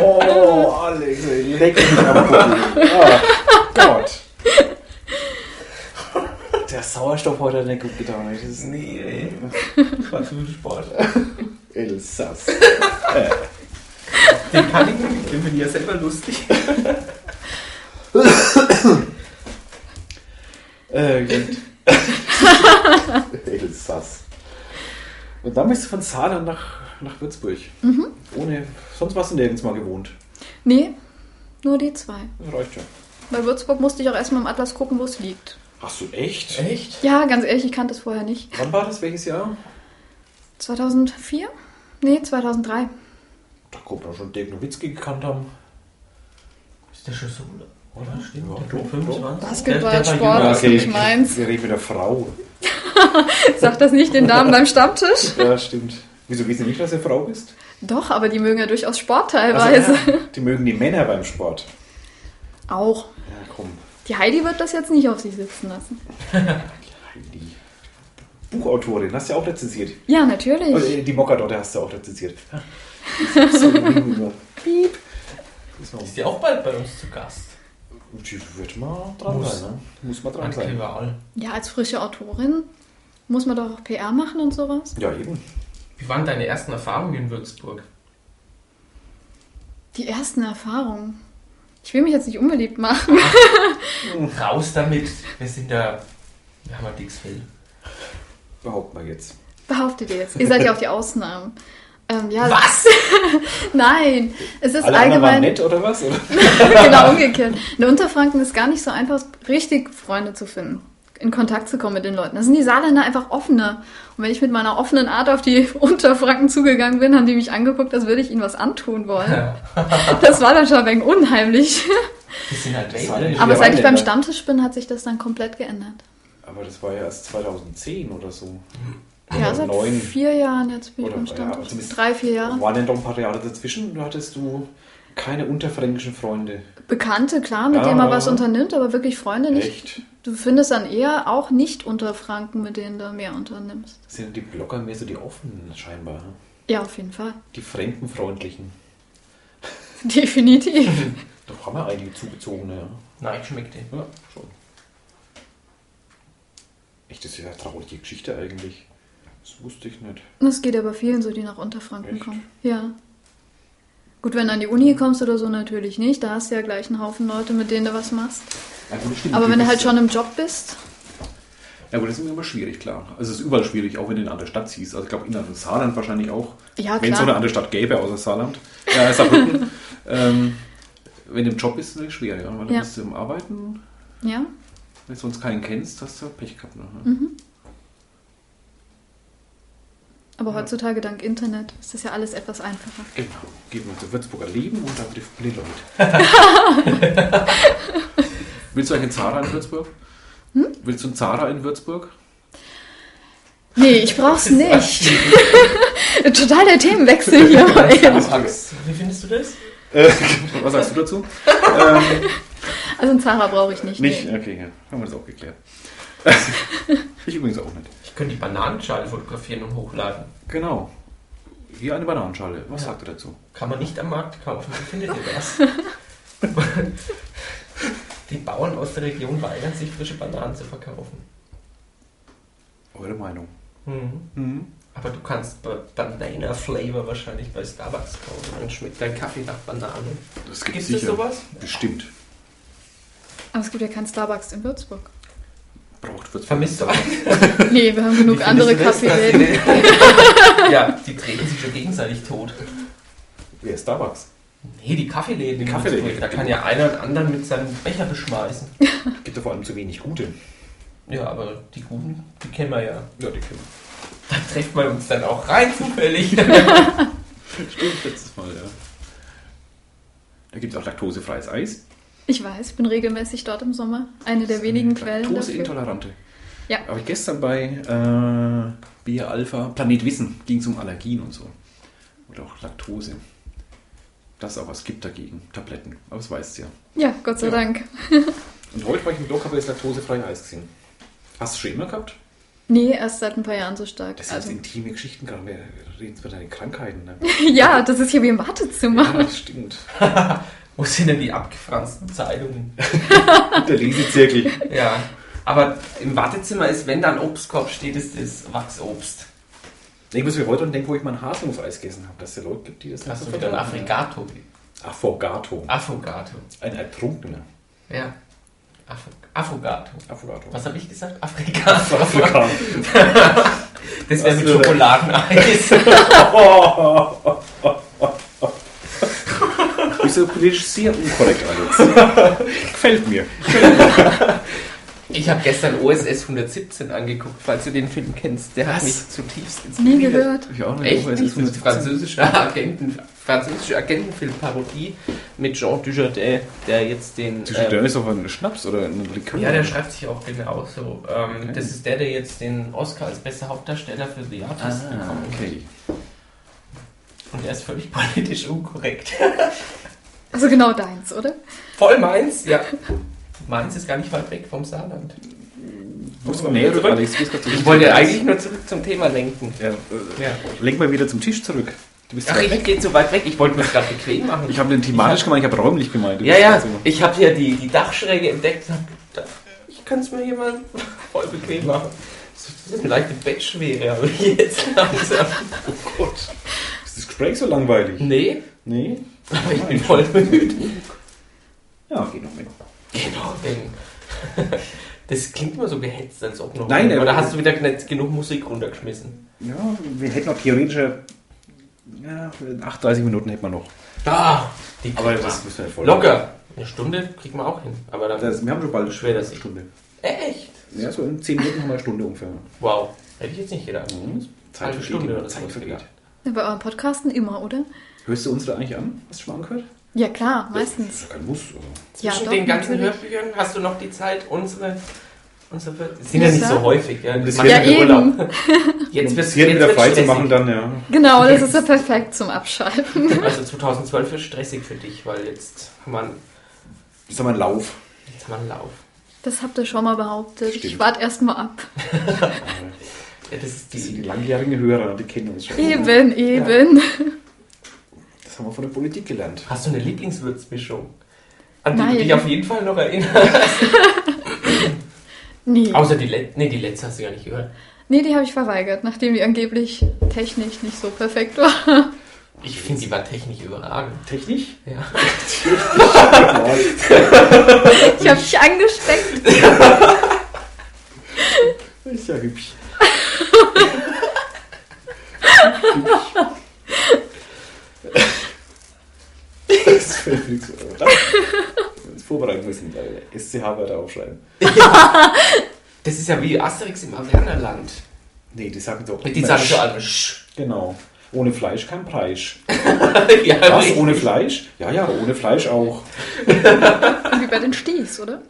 Oh, Alex, ey, leck mich am Boden. Oh Gott. Der Sauerstoff heute hat nicht gut getan. Das ist Nee, ey. Das war zu viel Sport. Elsass. Den kann ich nicht, den bin ich ja selber lustig. Äh, gut. Elsass. Und dann bist du von Saarland nach, nach Würzburg. Ohne, sonst warst du nirgends mal gewohnt. Nee, nur die zwei. Das reicht schon. Bei Würzburg musste ich auch erstmal im Atlas gucken, wo es liegt. Hast du echt? Echt? Ja, ganz ehrlich, ich kannte es vorher nicht. Wann war das? Welches Jahr? 2004? Nee, 2003. Da kommt man schon Dirk Nowitzki gekannt haben. Ist der schon so, oder? Stimmt, Ja, der doch, wird 25. Basketball, Der- Ah, der war Sport. jünger. das ist nicht meins. Wir reden mit der Frau. Sag das nicht den Damen beim Stammtisch? Ja, stimmt. Wieso wissen die nicht, dass du Frau bist? Doch, aber die mögen ja durchaus Sport teilweise. Also, ja, die mögen die Männer beim Sport. Auch. Ja, komm. Die Heidi wird das jetzt nicht auf sich sitzen lassen. Heidi. Buchautorin, hast du ja auch rezensiert. Ja, Oder, natürlich. äh, die Mokkadotte hast du auch rezensiert. So Piep. Ist noch- Ist die auch bald bei uns zu Gast? Die wird mal dran Muss. sein, ne? Muss mal dran Danke sein. überall. Ja, als frische Autorin muss man doch auch PR machen und sowas. Ja, eben. Wie waren deine ersten Erfahrungen in Würzburg? Die ersten Erfahrungen. Ich will mich jetzt nicht unbeliebt machen. Raus damit, wir sind da. Wir haben ein dickes Fell. Behaupten wir jetzt. Behauptet ihr jetzt. Ihr seid ja auch die Ausnahmen. Ähm, ja, Was? Nein, es ist Alle anderen waren allgemein nett oder was? Oder? genau umgekehrt. In Unterfranken ist gar nicht so einfach, richtig Freunde zu finden. in Kontakt zu kommen mit den Leuten. Da sind die Saarländer einfach offener. Und wenn ich mit meiner offenen Art auf die Unterfranken zugegangen bin, haben die mich angeguckt, als würde ich ihnen was antun wollen. Das war dann schon ein wenig unheimlich. Die sind halt Das weg. war ne? nicht- Aber Ja, seit ich beim Rheinländer. Stammtisch bin, hat sich das dann komplett geändert. Aber das war ja erst 2010 oder so. Ja, Oder seit Also neun. vier Jahren jetzt bin ich Oder also beim drei Stammtisch. Jahre, zumindest. Drei, vier Jahre. Waren denn doch ein paar Jahre dazwischen? Da hattest du keine unterfränkischen Freunde. Bekannte, klar, mit Ja, denen man ja, was ja. unternimmt, aber wirklich Freunde nicht. Echt? Du findest dann eher auch nicht unter Franken, mit denen du mehr unternimmst. Sind die Blogger mehr so die offenen scheinbar? ne? Ja, auf jeden Fall. Die fremdenfreundlichen. Definitiv. Doch haben wir einige zugezogene, ja. Nein, schmeckt den. Ja, schon. Echt, das ist ja eine traurige Geschichte eigentlich. Das wusste ich nicht. Das geht aber vielen so, die nach Unterfranken Echt? kommen. Ja. Gut, wenn du an die Uni kommst oder so, natürlich nicht. Da hast du ja gleich einen Haufen Leute, mit denen du was machst. Ja, gut, das stimmt. Aber Die wenn du halt bist- schon im Job bist, Ja, aber das ist immer schwierig, klar. Also es ist überall schwierig, auch wenn du in eine andere Stadt ziehst. Also ich glaube, innerhalb von Saarland wahrscheinlich auch. Ja, Wenn es Ah, klar. so eine andere Stadt gäbe, außer Saarland, äh, Saarbrücken. ähm, wenn du im Job bist, ist es natürlich schwer, ja. Weil du Ja. bist im Arbeiten, ja, wenn du sonst keinen kennst, hast du Pech gehabt. Ne? Mhm. aber heutzutage dank Internet ist das ja alles etwas einfacher. Genau. Gehen wir zu Würzburger Leben und da trifft man die Leute. Willst du eigentlich einen Zara in Würzburg? Hm? Willst du einen Zara in Würzburg? Nee, ich brauch's nicht. Total der Themenwechsel hier. Angst. Wie findest du das? Was sagst du dazu? Also ein Zara brauche ich nicht. äh. Nee. Okay, ja. Haben wir das auch geklärt. ich übrigens auch nicht. Ich könnte die Bananenschale fotografieren und hochladen. Genau. Hier eine Bananenschale. Was sagt ihr dazu? Kann man nicht am Markt kaufen. Wie findet ihr das? die Bauern aus der Region weigern sich, frische Bananen zu verkaufen. Eure Meinung. Mhm. Aber du kannst Ba- Banana Flavor wahrscheinlich bei Starbucks kaufen. Dann schmeckt dein Kaffee nach Banane. Das Gibt es sowas? Bestimmt. Aber es gibt ja kein Starbucks in Würzburg. Braucht wird's. Vermisst du eigentlich Nee, wir haben genug andere Kaffeeläden. ja, die treten sich schon gegenseitig tot. Wer ist Starbucks? Nee, die Kaffeeläden. in Kaffeeläden. Würzburg, Da kann ja einer den anderen mit seinem Becher beschmeißen. Gibt ja vor allem zu wenig gute. Ja, aber die guten, die kennen wir ja. Ja, die kennen Da trifft man uns dann auch rein zufällig. Stimmt, letztes Mal, ja. Da gibt es auch laktosefreies Eis. Ich weiß, bin regelmäßig dort im Sommer. Eine der wenigen Quellen dafür. Laktoseintolerante. Ja. Aber gestern bei äh, Bier Alpha, Planet Wissen, ging es um Allergien und so. Oder auch Laktose. Das aber, es gibt dagegen Tabletten. Aber es weißt ja. Ja, Gott sei Ja. Dank. Und heute war ich im Blog, habe ich das laktosefreie Eis gesehen. Hast du schon immer gehabt? Nee, erst seit ein paar Jahren so stark. Das sind also, intime Geschichten gerade. Wir reden über deine Krankheiten. Ne? ja, das ist hier wie im Wartezimmer. das stimmt. Wo sind denn die abgefransten Zeitungen? Der Lesezirkel. Ja. Aber im Wartezimmer ist, wenn da ein Obstkorb steht, ist das Wachsobst. Ich muss mir heute dran denken, wo ich mein Haselnuss-Eis gegessen habe. Dass es ja Leute gibt, die das Hast du so wieder ein vertragen. Afrigato? Affogato. Affogato. Ein Ertrunkener. Ja. Afro Affogato. Affogato. Was habe ich gesagt? Afrigato. Afrika. Das wäre mit Hast du- Schokoladeneis. Ist ja politisch sehr unkorrekt, Alex. Gefällt mir. Ich habe gestern OSS 117 angeguckt, falls du den Film kennst. Der hat Was? mich zutiefst Nie inspiriert. gehört. Ich auch Echt? aber es Nicht? ist Das ist 117. französische Agenten, französische Agentenfilmparodie mit Jean Dujardin, der jetzt den. Dujardin ähm, ist aber ein Schnaps oder ein Likör. ja, der schreibt sich auch genau so. Ähm, Okay. Das ist der, der jetzt den Oscar als bester Hauptdarsteller für The Artist Ah, bekommen hat. okay. Und er ist völlig politisch unkorrekt. Also genau deins, oder? Voll Mainz, ja. Mainz ist gar nicht weit weg vom Saarland. Muss man näher rüber? Alex, gehst grad zum Ich wollte Tisch. eigentlich nur zurück zum Thema lenken. Ja, äh, Ja. lenk mal wieder zum Tisch zurück. Du bist Ach, weit ich weg. gehe zu weit weg. Ich wollte mir gerade bequem machen. Ich habe den thematisch gemeint, ich habe räumlich gemeint. Du Ja, bist ja, grad so- ich habe ja die, die Dachschräge entdeckt. und hab gedacht, Ich kann es mir hier mal voll bequem machen. Das ist eine leichte Bettschwere, aber jetzt langsam. Oh Ist das Gespräch so langweilig? Nee, Nee? aber ich bin voll bemüht. Ja, geht noch mit. Genau, denn das klingt immer so gehetzt, als ob noch. Nein, oder aber- hast du wieder nicht genug Musik runtergeschmissen? Ja, wir hätten noch theoretische. Ja, 38 Minuten hätten wir noch. Da! Die Ah, Aber kriegt das man. müssen wir voll. Locker! Eine Stunde kriegt man auch hin. Aber dann. Das, wir haben schon bald eine Schwer, dass ich- Stunde. Echt? Ja, so in 10 Minuten haben wir eine Stunde ungefähr. Wow, hätte ich jetzt nicht gedacht. Mhm. Zeit Halbe vergeht Stunde immer, oder Zeit so. vergeht. Bei euren Podcasten immer, oder? Hörst du uns da eigentlich an? Hast du schon mal angehört? Ja, klar, Das meistens. ist ja kein Muss. Also. Ja, Zwischen doch, den ganzen natürlich. Hörbüchern hast du noch die Zeit, unsere. unsere sind Ja, ja nicht klar. so häufig. Ja, das macht Ja, ja den eben. Urlaub. Jetzt wird es Hier wieder frei zu machen, dann ja. Genau, das ist ja perfekt zum Abschalten. Also 2012 ist stressig für dich, weil jetzt haben wir einen, Das ist aber ein Lauf. jetzt haben wir einen Lauf. Das habt ihr schon mal behauptet. Ich Stimmt. warte erst mal ab. Ja, das ist Das sind die. die langjährigen Hörer, die kennen uns schon. Eben, eben. Das haben wir von der Politik gelernt. Hast du eine Lieblingswürzmischung? An die Nein. du dich auf jeden Fall noch erinnerst. Nee. Außer die letzte. Nee, die letzte hast du gar nicht gehört. Nee, die habe ich verweigert, nachdem die angeblich technisch nicht so perfekt war. Ich finde, die war technisch überragend. Technisch? Ja. Ich habe dich angesteckt. Ist ja hübsch. das fällt mir nichts mehr. Das vorbereiten müssen, weil SCH weiter aufschreiben. Das ist ja wie Asterix im Avernerland. Nee, die sagen so. Die sagen so alle Sch. Genau. Ohne Fleisch kein Preis. ja, Was? richtig. Ohne Fleisch? Ja, ja, ohne Fleisch auch. Wie bei den Sties, oder?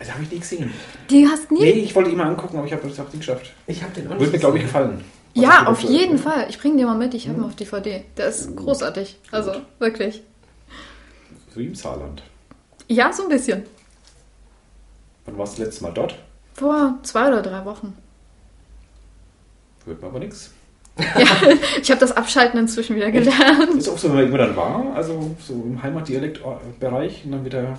Das habe ich nie gesehen. Die hast nie. Nee, ich wollte ihn mal angucken, aber ich habe das auch nicht geschafft. Ich habe den auch Würde mir, glaube ich, gesehen. gefallen. Also, äh, Ja, auf jeden Fall. jeden Fall. Ich bringe dir mal mit. Ich Mhm. habe ihn auf DVD. Der ist großartig. Also, wirklich. So wie im Saarland. Ja, so ein bisschen. Wann warst du das letzte Mal dort? Vor zwei oder drei Wochen. Hört man aber nichts. Ich habe das Abschalten inzwischen wieder gelernt. Ist auch so, wenn man irgendwo dann war, also so im Heimatdialektbereich und dann wieder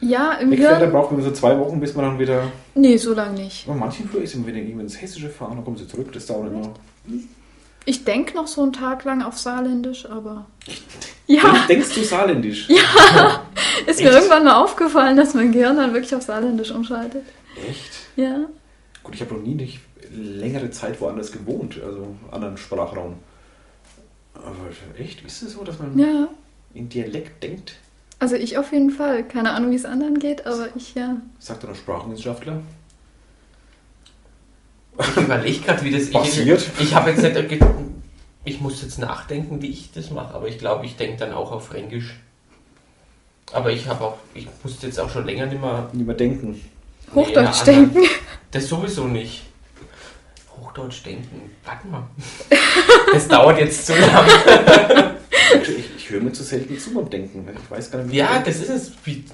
Ja, im wegfährt, dann Hirn. braucht man so zwei Wochen, bis man dann wieder. Nee, so lange nicht. Aber manchen früher ist immer, wenn die irgendwie ins Hessische fahren, dann kommen sie zurück, das dauert immer. Ich denke noch so einen Tag lang auf Saarländisch, aber. Ja, Denk, denkst du saarländisch? ist mir irgendwann mal aufgefallen, dass mein Gehirn dann wirklich auf Saarländisch umschaltet. Echt? Ja. Gut, ich habe noch nie nicht längere Zeit woanders gewohnt, also anderen Sprachraum. Aber echt, ist es so, dass man Ja. in Dialekt denkt? Also ich auf jeden Fall. Keine Ahnung, wie es anderen geht, aber ich ja. Sagt dann ein Sprachwissenschaftler. Ich überlege gerade, wie das Passiert. Ich, ich habe jetzt nicht. ge- Ich muss jetzt nachdenken, wie ich das mache, aber ich glaube, ich denke dann auch auf Fränkisch. Aber ich habe auch, ich musste jetzt auch schon länger nicht mehr. Nicht mehr denken. Hochdeutsch Nee, ja, denken. Das sowieso nicht. Hochdeutsch denken. Warte mal. Das dauert jetzt zu lang. Also Ich, ich höre mir zu selten zu beim Denken. Ich weiß gar nicht, wie ich Ja, denke. das ist es, wie,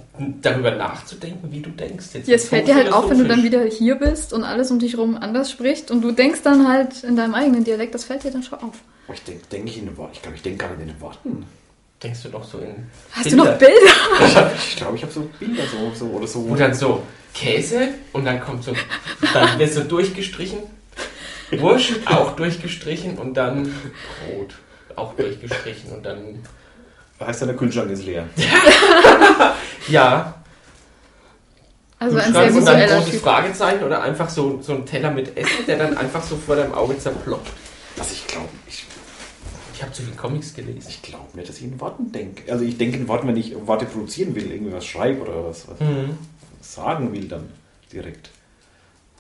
darüber nachzudenken, wie du denkst. Jetzt Jetzt fällt dir halt auf, wenn du dann philosophisch. wieder hier bist und alles um dich herum anders spricht und du denkst dann halt in deinem eigenen Dialekt, das fällt dir dann schon auf. Aber Ich denke denk ich in den Worten. Ich glaube, ich denke gar nicht in den Worten. Denkst du doch so in. Hast Bilder. du noch Bilder? Ich glaube, ich habe so Bilder so, so oder so. Und dann so Käse und dann kommt so, dann wird so durchgestrichen. Wurst auch durchgestrichen und dann Brot auch durchgestrichen und dann. heißt dann, der Kühlschrank ist leer. Ja, Also ein sehr Kühlschrank und dann ein visueller großes Typ. Fragezeichen oder einfach so, so ein Teller mit Essen, der dann einfach so vor deinem Auge zerploppt. Also ich glaube, ich, Ich habe zu viel Comics gelesen. ich glaube nicht, dass ich in Worten denke. Also ich denke in Worten, wenn ich Worte produzieren will, irgendwie was schreibe oder was, was Mhm. sagen will dann direkt.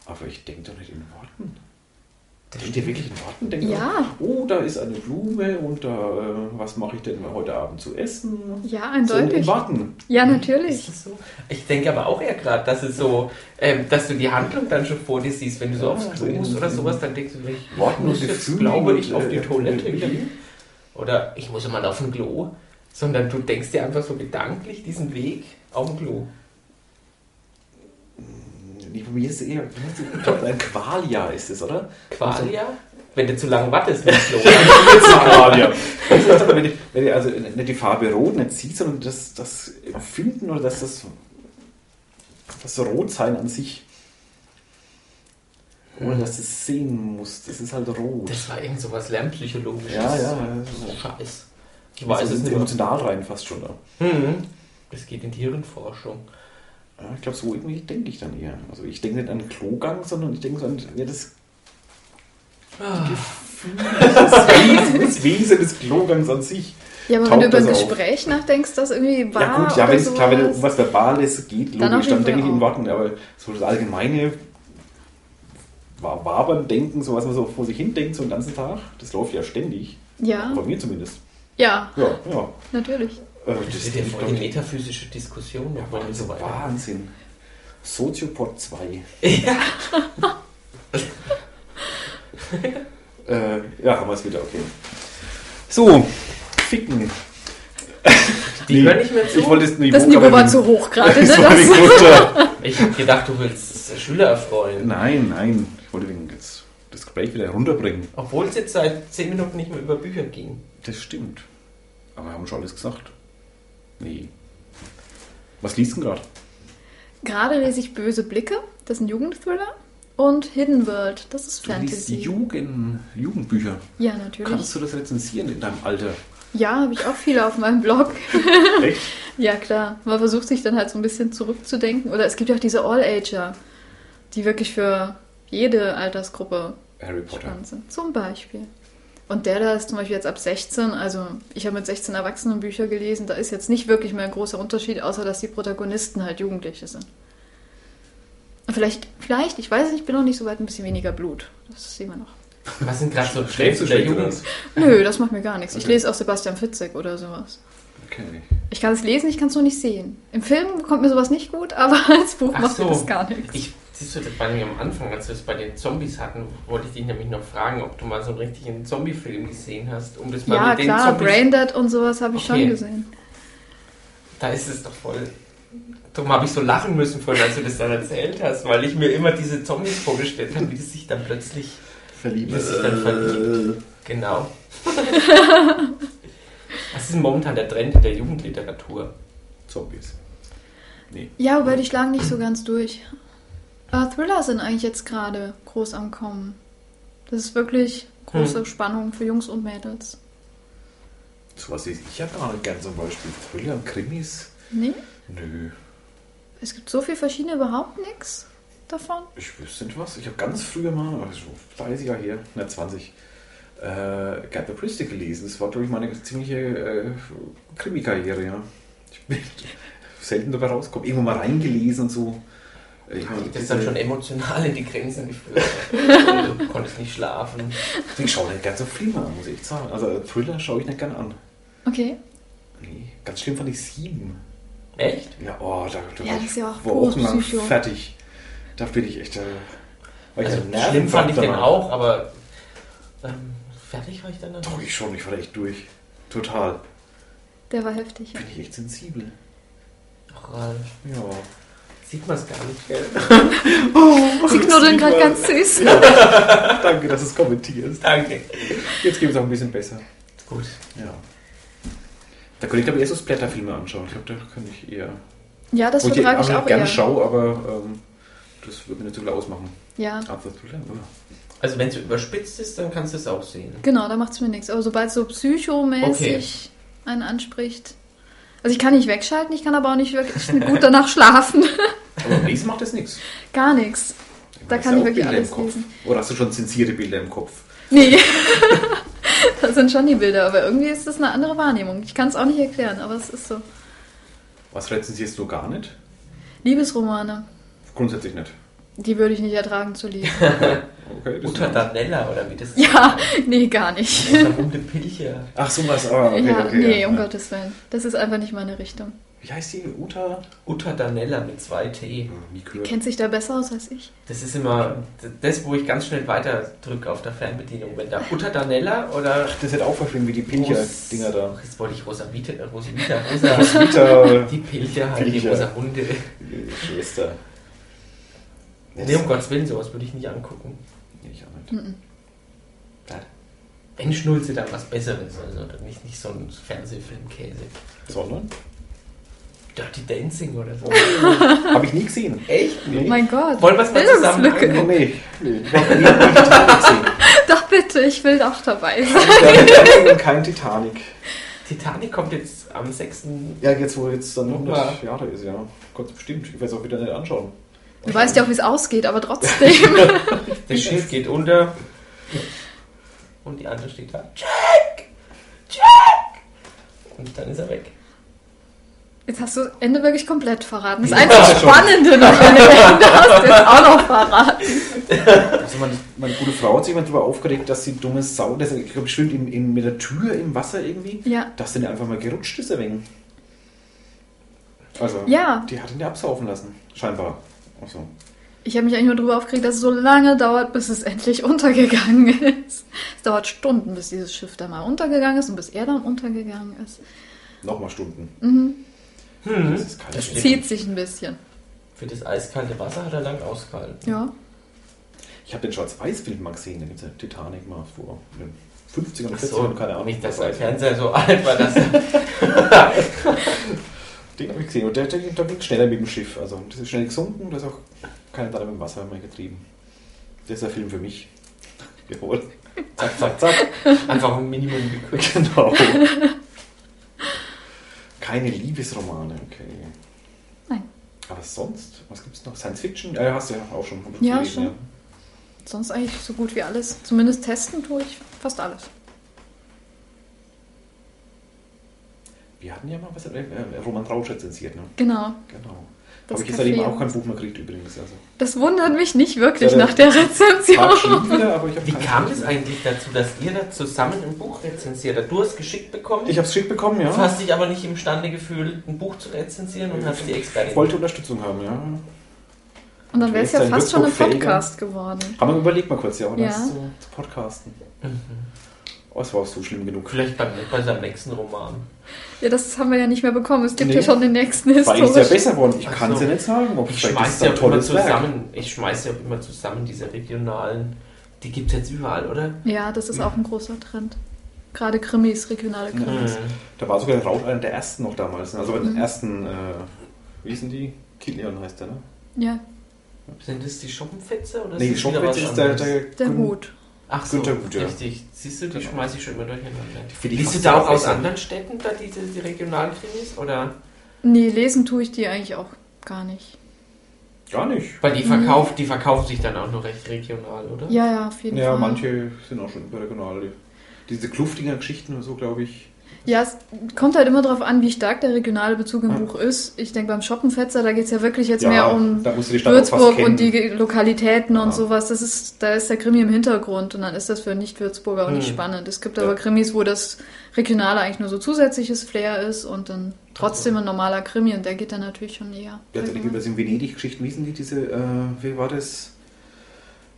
Aber ich denke doch nicht in Worten. Denkt ihr wirklich in Worten? Denkt ihr, Ja. Oh, da ist eine Blume und da, äh, was mache ich denn heute Abend zu essen? Ja, So in eindeutig. Worten. Ja, Ist natürlich. das so? Ich denke aber auch eher gerade, dass es so, ähm, dass du die Handlung dann schon vor dir siehst, wenn du so Ja, aufs so Klo musst in- oder in sowas, dann denkst du, ich Worten und muss jetzt, Gefühlen glaube und, ich, auf die äh, Toilette Bildern. gehen. Oder ich muss immer auf den Klo. Sondern du denkst dir einfach so gedanklich diesen Weg auf den Klo. Nee, Bei mir ist es eher, ich glaube, ein Qualjahr ist es, oder? Also- Qualia? Wenn du zu lange wartest mit dem Klo. Qualia. Das ist doch, wenn, die, wenn die also nicht die Farbe Rot nicht sieht, sondern das, das Empfinden oder das, das, das Rotsein an sich. Ohne dass du es sehen musst. Das ist halt rot. Das war irgend sowas Lernpsychologisches. Ja, ja, So ja. Scheiß. Ich Ich weiß es nicht. mehr. emotional rein fast schon. Oder? Hm. Das geht in die Hirnforschung. Ja, ich glaube, so irgendwie denke ich dann eher. Also ich denke nicht an den Klogang, sondern ich denke so an ja, das, das, Wesen, das Wesen des Klogangs an sich. Ja, aber wenn Taucht du über ein das auf? Gespräch nachdenkst, das irgendwie war Ja gut, ja, oder wenn es klar, wenn sowas. was verbal ist, geht Dann auf logisch, jeden dann denke Fall ich in auch. Worten, aber so das allgemeine Wabern denken, so was man so vor sich hin denkt, so den ganzen Tag, das läuft ja ständig. Ja. Bei mir zumindest. Ja, Ja, ja. natürlich. Äh, Das das ist ja ist voll die metaphysische Diskussion noch mal und so weiter. Wahnsinn. Soziopod 2. äh, ja, haben wir es wieder, okay. So, Ficken. Die hören nicht mehr zu. Ich wollte es nicht. Das Niveau war zu hoch gerade. Ne? Das war Das, nicht gut, äh, Ich hab gedacht, du willst Schüler erfreuen. Nein, nein. Ich wollte wegen jetzt das Gespräch wieder runterbringen. Obwohl es jetzt seit 10 Minuten nicht mehr über Bücher ging. Das stimmt. Aber wir haben schon alles gesagt. Nee. Was liest du denn gerade? gerade lese ich Böse Blicke, das ist ein Jugendthriller. Und Hidden World, das ist Du liest Fantasy. Jugend, Jugendbücher. Ja, natürlich. Kannst du das rezensieren in deinem Alter? Ja, habe ich auch viele auf meinem Blog. Echt? Ja, klar. Man versucht sich dann halt so ein bisschen zurückzudenken. Oder es gibt ja auch diese All-Ager, die wirklich für jede Altersgruppe Harry Potter. spannend sind. Zum Beispiel. Und der da ist zum Beispiel jetzt ab 16. Also ich habe mit 16 Erwachsenen Bücher gelesen. Da ist jetzt nicht wirklich mehr ein großer Unterschied, außer dass die Protagonisten halt Jugendliche sind. Und Vielleicht, vielleicht, ich weiß nicht, ich bin noch nicht so weit, ein bisschen weniger Blut. Das sehen wir noch. Was sind gerade so Trends Schläfst du in der schlecht, oder Jugend? was? Nö, das macht mir gar nichts. Ich Okay. lese auch Sebastian Fitzek oder sowas. Okay. Ich kann es lesen, ich kann es nur nicht sehen. Im Film kommt mir sowas nicht gut, aber als Buch Ach macht so. mir das gar nichts. Ich, siehst du, das bei mir am Anfang, als wir es bei den Zombies hatten, wollte ich dich nämlich noch fragen, ob du mal so einen richtigen Zombie-Film gesehen hast, um das mal ja, mit den klar, Zombies... Braindead und sowas habe ich Okay. schon gesehen. Da ist es doch voll... Darum habe ich so lachen müssen vorhin, als du das dann erzählt hast, weil ich mir immer diese Zombies vorgestellt habe, wie das sich dann plötzlich... Verliebt. Das ist dann verliebt. Genau. Das ist momentan der Trend in der Jugendliteratur. Zombies. Ja, wobei die schlagen nicht so ganz durch. Aber Thriller sind eigentlich jetzt gerade groß am Kommen. Das ist wirklich Hm. große Spannung für Jungs und Mädels. Sowas lese ich ja gar nicht gern zum Beispiel. Thriller und Krimis? Nee? Nö. Es gibt so viel verschiedene, überhaupt nichts davon. Ich wüsste nicht was. Ich habe ganz früher mal, also 30 Jahre her, na 20, äh, Gather Christie gelesen. Das war, glaube ich, meine ziemliche äh, Krimi-Karriere, ja. Ich bin selten dabei rausgekommen. Irgendwo mal reingelesen und so. Äh, Ich habe Das ist dann schon emotional in die Grenzen geführt. Und du konntest nicht schlafen. Ich schaue nicht halt ganz so Filme an, muss ich echt sagen. Also Thriller schaue ich nicht gern an. Okay. Nee. Ganz schlimm fand ich sieben. Echt? Ja, oh, da, da Ja, das ist ja auch wochenlang Psycho. fertig. Da bin ich echt. Äh, war ich Also, so nervend schlimm fand ich den danach. auch, aber ähm, fertig war ich dann Doch, natürlich. ich schon, ich war echt durch. Total. Der war heftig. Ja. Bin ich echt sensibel. Ach, Ralf, Ja. sieht man es gar nicht, gell? Sie knuddeln gerade ganz süß. Danke, dass du es kommentierst. Danke. Jetzt geht es auch ein bisschen besser. Gut. Ja. Da könnte ich aber eher so Splatterfilme anschauen. Ich glaube, da könnte ich eher. Ja, das Wo ich vertrage ich auch gerne eher. schaue, aber ähm, das würde mir nicht so viel ausmachen. Ja, Aber Thriller, ja. Also wenn es überspitzt ist, dann kannst du es auch sehen. genau, da macht es mir nichts. Aber sobald so psychomäßig einen anspricht. Also ich kann nicht wegschalten, ich kann aber auch nicht wirklich gut danach schlafen. Aber am nächsten macht das nichts. Gar nichts. Da Hast kann du ich auch wirklich Bilder alles im Kopf? lesen. Oder hast du schon zensierte Bilder im Kopf? Nee. das sind schon die Bilder, aber irgendwie ist das eine andere Wahrnehmung. Ich kann es auch nicht erklären, aber es ist so. Was rezensierst du gar nicht? Liebesromane, Grundsätzlich nicht. die würde ich nicht ertragen zu lesen. Okay, das Mutter ist Danella oder wie das ja, nee, gar nicht. Oder Hunde Pilcher. Ach, sowas, aber Ah, okay, ja, okay. nee, ja. um Gottes Willen. Das ist einfach nicht meine Richtung. Wie heißt die? Uta? Uta Danella mit zwei T. Nie gehört. Kennt sich da besser aus als ich? Das ist immer das, wo ich ganz schnell weiter drücke auf der Fernbedienung. Wenn da Uta Danella oder Das hätte auch verschwimmen wie die Ros- Pincher-Dinger da. Jetzt wollte ich Rosavita, äh, Rosavita, Rosa, Uta, die Pilcher halt, die Pilcher. rosa Hunde. die Schwester. Nee, um Gottes Willen, sowas würde ich nicht angucken. Nee, ich auch nicht. Mhm. Wenn schnulze dann was Besseres, also nicht, nicht so ein Fernsehfilmkäse. Sondern? Dirty Dancing oder so. Habe ich nie gesehen. Echt? Nee. Mein Gott. Wollen wir es mal zusammen Bildungslücke. Oh, angucken? nee. nee. Ich habe nie, nie Titanic gesehen. Doch bitte, ich will auch dabei sein. Kein Titanic und kein Titanic. Titanic kommt jetzt am 6. Ja, jetzt wo jetzt dann Opa. 100 Jahre ist, ja. Gott bestimmt. Ich werde es auch wieder nicht anschauen. Du weißt ja auch, wie es ausgeht, aber trotzdem. Das Schiff geht unter. Und die andere steht da. Jack! Jack! Und dann ist er weg. Jetzt hast du Ende wirklich komplett verraten. Das einfach Spannende noch an dem Ende hast du jetzt auch noch verraten. Also meine, meine gute Frau hat sich mal darüber aufgeregt, dass die dumme Sau, das, ich glaube, schwimmt in, in, mit der Tür im Wasser irgendwie, Ja. dass denn einfach mal gerutscht ist, der Wing. Also, Ja. die hat ihn ja absaufen lassen, scheinbar. Ach so. Ich habe mich eigentlich nur darüber aufgeregt, dass es so lange dauert, bis es endlich untergegangen ist. Es dauert Stunden, bis dieses Schiff da mal untergegangen ist und bis er dann untergegangen ist. Mhm. Nochmal Stunden. Hm. Das ist kalt. Das Zieht sich ein bisschen. Für das eiskalte Wasser hat er lang ausgehalten. Ja. Ich habe den Schwarz-Weiß-Film mal gesehen, da gibt es ja Titanic mal vor ne, den 50ern, Ach 40ern, so, keine Ahnung. Nicht, dass was der weiß Fernseher so alt war, dass er ich. Den habe ich gesehen und der, der, der ging schneller mit dem Schiff. Also, das ist schnell gesunken, da ist auch keiner da mit dem Wasser mehr getrieben. Das ist der Film für mich. Jawohl. Zack, zack, zack. einfach ein Minimum gekürzt Genau. Keine Liebesromane, okay. Nein. Aber sonst, was gibt's noch? Science Fiction? Ja, hast du ja auch schon. Ja, schon. Sonst eigentlich so gut wie alles. Zumindest testen tue ich fast alles. Wir hatten ja mal was, äh, äh, Roman Rausch rezensiert, ne? Genau. Genau. Das Habe ich jetzt Café seitdem auch und- kein Buch mehr gekriegt übrigens. Also. Das wundert mich nicht wirklich Ja, nach der Hab schon Rezension. wieder, aber ich habe Wie kam es eigentlich dazu, dass ihr da zusammen ein Buch rezensiert habt? Du hast geschickt bekommen, Ich habe es geschickt bekommen, du ja. hast dich aber nicht imstande gefühlt, ein Buch zu rezensieren und hast die Expertin. Ich wollte Unterstützung haben, ja. Und dann wäre es ja Vielleicht ein fast schon ein Rückzugfähiger. Podcast geworden. Aber überleg mal kurz, ja, und Ja. das zu, zu podcasten. Mhm. Oh, es war auch so schlimm genug. Vielleicht beim, bei seinem nächsten Roman. Ja, das haben wir ja nicht mehr bekommen. Es gibt Nee. ja schon den nächsten Weil es ja historischen. besser geworden. Ich Ach kann es so. ja nicht sagen, ob Ich vielleicht schmeiß ist es ja ein immer tolles Werk. zusammen, ich schmeiß ja immer zusammen diese regionalen, die gibt es jetzt überall, oder? Ja, das ist auch ein großer Trend. Gerade Krimis, regionale Krimis. Mhm. Da war sogar der Rausch einer der ersten noch damals. ne? Also bei den ersten, äh, wie hießen die? Kidneon heißt der, ne? Ja, Sind das die Schuppenfetze oder nee, ist das wieder Schopfwitz was ist der, anderes? der, der Gun- Hut. Ach so, Günther Gut, ja. richtig. Siehst du, die Genau. schmeiße ich schon immer durcheinander. finde ich Liest du fast da sogar auch aus besser. anderen Städten da diese die regionalen Krimis? Oder? Nee, lesen tue ich die eigentlich auch gar nicht. Gar nicht. Weil die verkauft, die verkaufen sich dann auch nur recht regional, oder? Mhm. Ja, ja, auf jeden Ja, Fall. manche sind auch schon überregional. Diese Kluftinger Geschichten oder so, glaube ich. Ja, es kommt halt immer darauf an, wie stark der regionale Bezug im Buch ist. Ich denke, beim Schoppenfetzer, da geht es ja wirklich jetzt mehr um da musst du die Stadt auch fast Würzburg kennen. und die Ge- Lokalitäten Ja. und sowas. Das ist, da ist der Krimi im Hintergrund und dann ist das für Nicht-Würzburger auch nicht Hm. spannend. Es gibt Ja. aber Krimis, wo das Regionale eigentlich nur so zusätzliches Flair ist und dann trotzdem ein normaler Krimi und der geht dann natürlich schon näher. Ja, da gibt es in Venedig-Geschichten, wie sind die diese, äh, wie war das?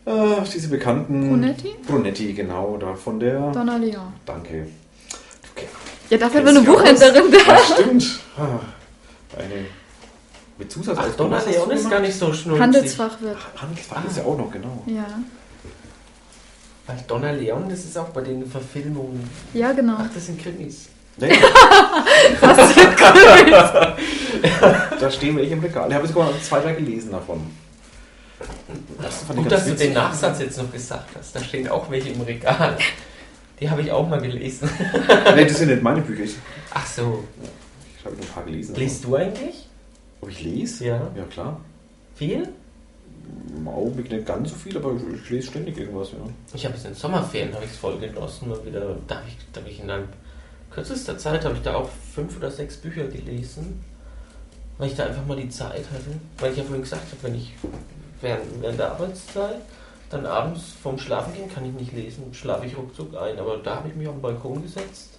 Äh, diese bekannten... Brunetti? Brunetti, genau, da von der... Donna Leon. Danke. Ja, dafür bin Kennst eine du aus? Buchhändlerin. Ja, stimmt. Ah, Eine... Mit Zusatz... Ach, Donna Leon ist gar nicht so schnulzig. Handelsfachwirt. Handelsfall ist ja auch noch, genau. Ja. Weil Donna Leon, das ist auch bei den Verfilmungen. Ja, genau. Ach, das sind Krimis. Nee, da stehen welche im Regal. Ich habe sogar zwei, drei gelesen davon. Das fand ich Gut, ganz dass du witzig. den Nachsatz jetzt noch gesagt hast. Da stehen auch welche im Regal. Die habe ich auch mal gelesen. Nee, das sind nicht meine Bücher. Ich Ach so. ich habe nur ein paar gelesen. Liest du eigentlich? Ob ich lese? Ja. Ja, klar. Viel? Im Augenblick nicht ganz so viel, aber ich, ich lese ständig irgendwas. Ja. Ich habe jetzt in den Sommerferien, habe ich es voll genossen. Mal wieder, da habe ich, da habe ich in einem kürzester Zeit, habe ich da auch fünf oder sechs Bücher gelesen. Weil ich da einfach mal die Zeit hatte. Weil ich ja vorhin gesagt habe, wenn ich während, während der Arbeitszeit, dann abends vorm Schlafen gehen, kann ich nicht lesen, schlafe ich ruckzuck ein. Aber da habe ich mich auf den Balkon gesetzt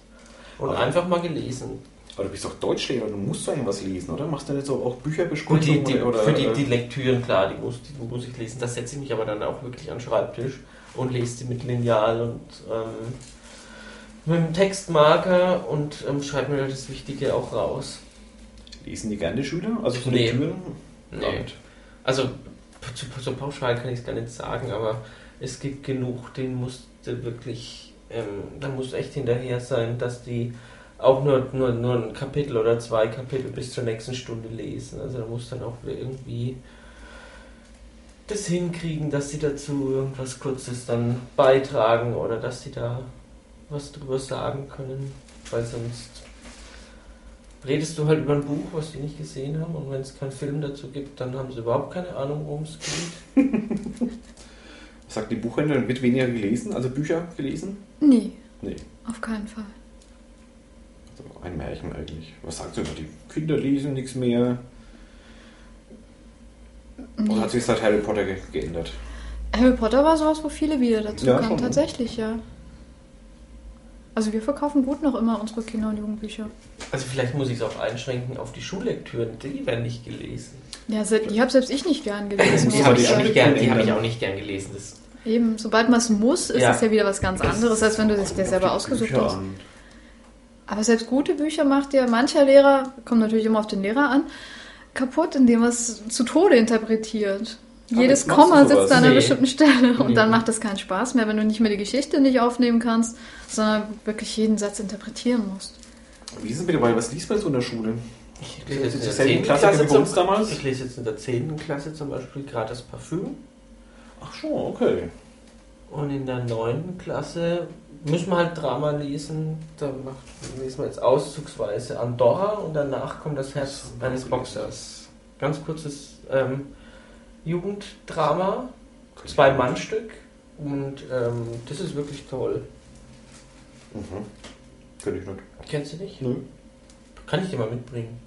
und Aber- einfach mal gelesen. Aber du bist doch Deutschlehrer, du musst doch irgendwas lesen, oder? Machst du nicht so auch Gut, die, Bücherbesprechungen die, oder... für die, äh, die Lektüren, klar, die muss, die muss ich lesen. Da setze ich mich aber dann auch wirklich an den Schreibtisch und lese die mit Lineal und ähm, mit dem Textmarker und ähm, schreibe mir das Wichtige auch raus. Lesen die gerne Schüler? Also so Nee. Lektüren? Nee. Gar nicht. Also p- zu- so pauschal kann ich es gar nicht sagen, aber es gibt genug, den musste wirklich, ähm, da muss echt hinterher sein, dass die auch nur, nur, nur ein Kapitel oder zwei Kapitel bis zur nächsten Stunde lesen. Also da muss dann auch wieder irgendwie das hinkriegen, dass sie dazu irgendwas Kurzes dann beitragen oder dass sie da was drüber sagen können, weil sonst redest du halt über ein Buch, was die nicht gesehen haben und wenn es keinen Film dazu gibt, dann haben sie überhaupt keine Ahnung, worum es geht. Sagt die Buchhändlerin, wird weniger gelesen, also Bücher gelesen? Nee, Nee. auf keinen Fall. ein Märchen eigentlich. Was sagt sie immer? Die Kinder lesen nichts mehr. Oder hat sich seit Harry Potter ge geändert? Harry Potter war sowas, wo viele wieder dazu Ja, kamen. schon, ne? Tatsächlich, ja. Also wir verkaufen gut noch immer unsere Kinder- und Jugendbücher. Also vielleicht muss ich es auch einschränken auf die Schullektüren. Die werden nicht gelesen. Ja, se- die habe selbst ich nicht gern gelesen. Die muss habe man ich, die auch nicht gern- die hab ich ändern. auch nicht gern gelesen. Das, Eben, sobald man es muss, ist Ja. das ja wieder was ganz anderes, als wenn du das dir selber ausgesucht Bücher hast. an. Aber selbst gute Bücher macht ja mancher Lehrer, kommt natürlich immer auf den Lehrer an, kaputt, indem er es zu Tode interpretiert. Aber Jedes machst du Komma sowas? sitzt an einer Nee. bestimmten Stelle und Nee. dann macht das keinen Spaß mehr, wenn du nicht mehr die Geschichte nicht aufnehmen kannst, sondern wirklich jeden Satz interpretieren musst. Wie ist es mit dabei? Was liest man so in der Schule? ich lese jetzt in der zehnten Klassiker wie bei zum- uns damals? Ich lese jetzt in der 10. Klasse zum Beispiel gerade das Parfüm. Ach schon, okay. Und in der 9. Klasse müssen wir halt Drama lesen. Da macht, lesen wir jetzt auszugsweise Andorra und danach kommt das Herz eines Boxers. Ganz kurzes ähm, Jugenddrama, zwei Mannstück und ähm, das ist wirklich toll. Mhm. Könnte ich nicht. Kennst du nicht? Nö. Kann ich dir mal mitbringen.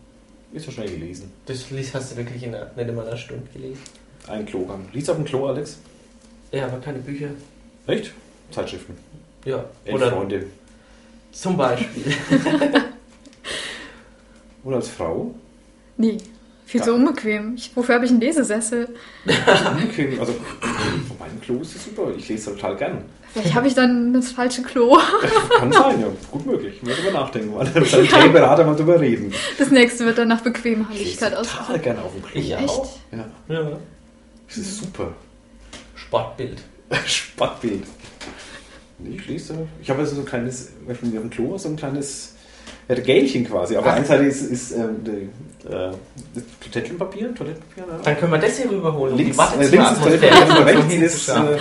Ist ja schnell gelesen. Das Lies hast du wirklich in einer, nicht in einer Stunde gelesen. Ein Klogang. Liest auf dem Klo, Alex? Ja, aber keine Bücher. Echt? Zeitschriften. Ja, Elf oder Freunde. zum Beispiel. Oder als Frau? Nee, viel zu Ja. unbequem. Ich, wofür habe ich einen Lesesessel? Ah. Okay, also von meinem Klo ist es super. Ich lese total gern. Vielleicht habe ich dann das falsche Klo. Kann sein, ja. Gut möglich. Mal drüber nachdenken. Mal mit seinem Berater mal drüber reden. Das nächste wird dann nach Ich Bequemlichkeit lese aus. total gern auf dem Klo. Ich Echt? auch. Ja. Ja. Das ist super. Sportbild. Spattbild. Nee, ich lese da. Ich habe also so ein kleines, wenn ich auf dem Klo so ein kleines ja, Gälchen quasi. Aber Ach. eine Seite ist, ist ähm, die, äh, das Toilettenpapier. Toilettenpapier ja. Dann können wir das hier rüberholen. um Äh, Links, die Warte äh, zu links ist atmosphärisch Toilette, und rechts so ist hinzuschaffen. äh,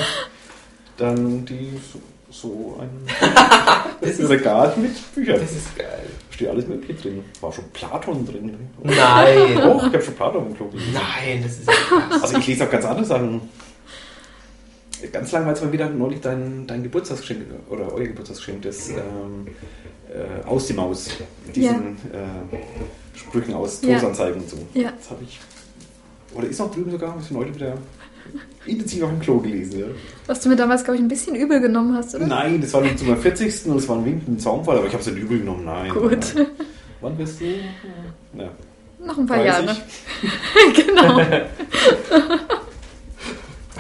dann die so, so ein Das das ist- ist Regal mit Büchern. Das ist geil. Steht alles mögliche drin. War schon Platon drin. Nein. Doch, ich habe schon Platon im Klo gelesen. Nein, das ist ja krass. Also ich lese auch ganz andere Sachen. Ganz lang war jetzt mal wieder neulich dein, dein Geburtstagsgeschenk oder euer Geburtstagsgeschenk, das ähm, äh, Aus die Maus. Mit diesen äh, Sprüchen aus Ja. Todesanzeigen und so. Ja. Das habe ich. Oder ist noch drüben sogar, habe ich heute wieder intensiv auf dem Klo gelesen. Ja. Was du mir damals, glaube ich, ein bisschen übel genommen hast, oder? Nein, das war nur zu meinem 40. und es war ein Wink mit dem Zaunfall, aber ich habe es nicht übel genommen. Nein. Gut. Nein. Wann bist du? Ja. Noch ein paar Jahre. 30? genau.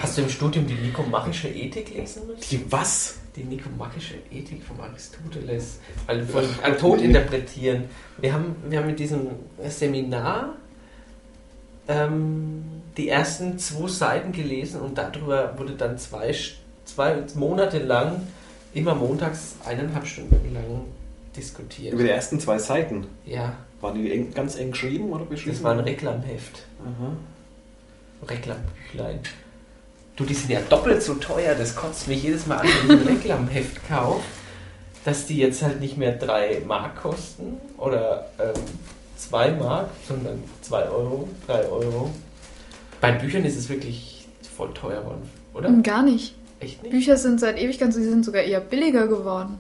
Hast du im Studium die nikomachische Ethik lesen müssen? Die was? Die nikomachische Ethik vom Aristoteles. Weil von an Tod interpretieren. Wir haben, wir haben mit diesem Seminar ähm, die ersten zwei Seiten gelesen und darüber wurde dann zwei, Sch- zwei Monate lang, immer montags eineinhalb Stunden lang diskutiert. Über die ersten zwei Seiten. Ja, Waren die eng, ganz eng geschrieben oder beschrieben? das war ein Reklamheft. Aha. Reklambüchlein. Du, die sind ja doppelt so teuer, das kotzt mich jedes Mal an, wenn ich ein Reklamheft kaufe, dass die jetzt halt nicht mehr 3 Mark kosten oder 2 Mark, sondern 2 Euro, 3 Euro. Bei Büchern ist es wirklich voll teuer geworden, oder? Hm, Gar nicht. Echt nicht? Bücher sind seit Ewigkeiten, sie sind sogar eher billiger geworden.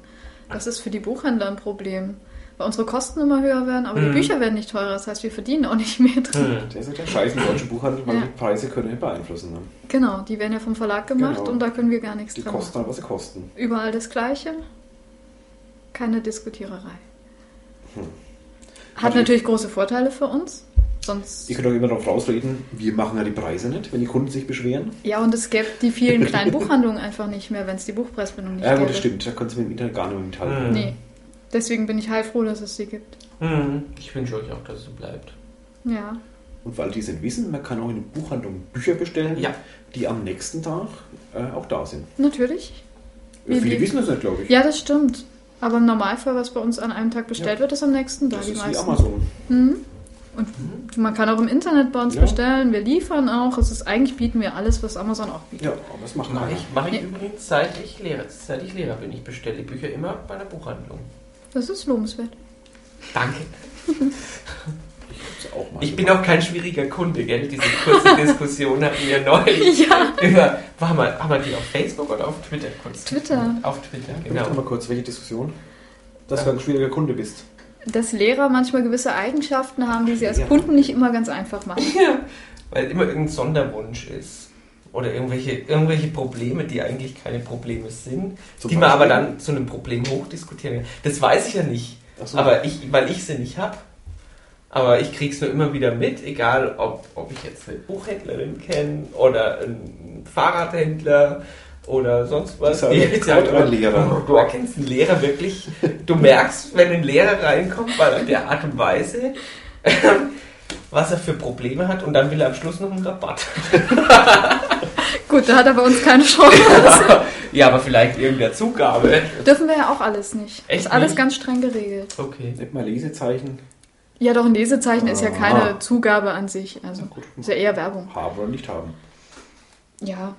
Das ist für die Buchhändler ein Problem. Weil unsere Kosten immer höher werden, aber Mhm. Hm. die Bücher werden nicht teurer. Das heißt, wir verdienen auch nicht mehr dran. Hm. Der ist ja der Scheiß im deutschen Buchhandel, weil Ja. die Preise können nicht beeinflussen. Ne? Genau, die werden ja vom Verlag gemacht Genau. und da können wir gar nichts Die dran kosten machen. halt, was sie kosten. Überall das Gleiche. Keine Diskutiererei. Hat Hm. Also- natürlich große Vorteile für uns. Sonst Ihr könnt auch immer darauf rausreden, wir machen ja die Preise nicht, wenn die Kunden sich beschweren. Ja, und es gäbe die vielen kleinen Buchhandlungen einfach nicht mehr, wenn es die Buchpreisbindung nicht Ja gäbe. gut, das stimmt, da können sie mit dem Internet gar nicht mehr mithalten. Mhm. Nee. Deswegen bin ich heilfroh, dass es sie gibt. Hm. Ich wünsche euch auch, dass es so bleibt. Ja. Und weil die es nicht wissen, man kann auch in den Buchhandlungen Bücher bestellen, Ja. die am nächsten Tag äh, auch da sind. Natürlich. Wir Viele lieben- wissen das nicht, glaube ich. Ja, das stimmt. Aber im Normalfall, was bei uns an einem Tag bestellt wird, ist am nächsten Tag das die ist wie meisten. Amazon. Mhm. Mhm. Und man kann auch im Internet bei uns Ja. bestellen. Wir liefern auch. Es ist eigentlich bieten wir alles, was Amazon auch bietet. Ja, aber das machen Mache wir. ich, mache ich Nee. übrigens, seit ich, Lehrer, seit ich Lehrer bin. Ich bestelle die Bücher immer bei der Buchhandlung. Das ist lobenswert. Danke. auch mal Ich bin auch kein schwieriger Kunde, gell? Diese kurze Diskussion hatten wir neulich. Ja. Über, war mal, haben wir die auf Facebook oder auf Twitter kurz? Twitter. Auf Twitter, Genau. genau. mal kurz, welche Diskussion? Dass du ein schwieriger Kunde bist. dass Lehrer manchmal gewisse Eigenschaften haben, die sie als Kunden nicht immer ganz einfach machen. Weil immer irgendein Sonderwunsch ist. Oder irgendwelche, irgendwelche Probleme, die eigentlich keine Probleme sind, Zum die man aber Beispiel? dann zu einem Problem hochdiskutieren kann. Das weiß ich ja nicht. Ach so. Aber ich, weil ich sie nicht habe. Aber ich krieg's nur immer wieder mit, egal ob, ob ich jetzt eine Buchhändlerin kenne oder einen Fahrradhändler oder sonst was. Das ist ja Die- auch ein immer, Lehrer. Du erkennst einen Lehrer wirklich. Du merkst, wenn ein Lehrer reinkommt, bei der Art und Weise, ähm, was er für Probleme hat und dann will er am Schluss noch einen Rabatt. Gut, da hat er bei uns keine Chance. ja, aber vielleicht irgendeine Zugabe. Dürfen wir ja auch alles nicht. Echt ist alles nicht? ganz streng geregelt. Okay. Nicht mal Lesezeichen. Ja, doch ein Lesezeichen ist ja Ah. keine Zugabe an sich. Also gut. ist ja eher Werbung. Haben oder nicht haben. Ja.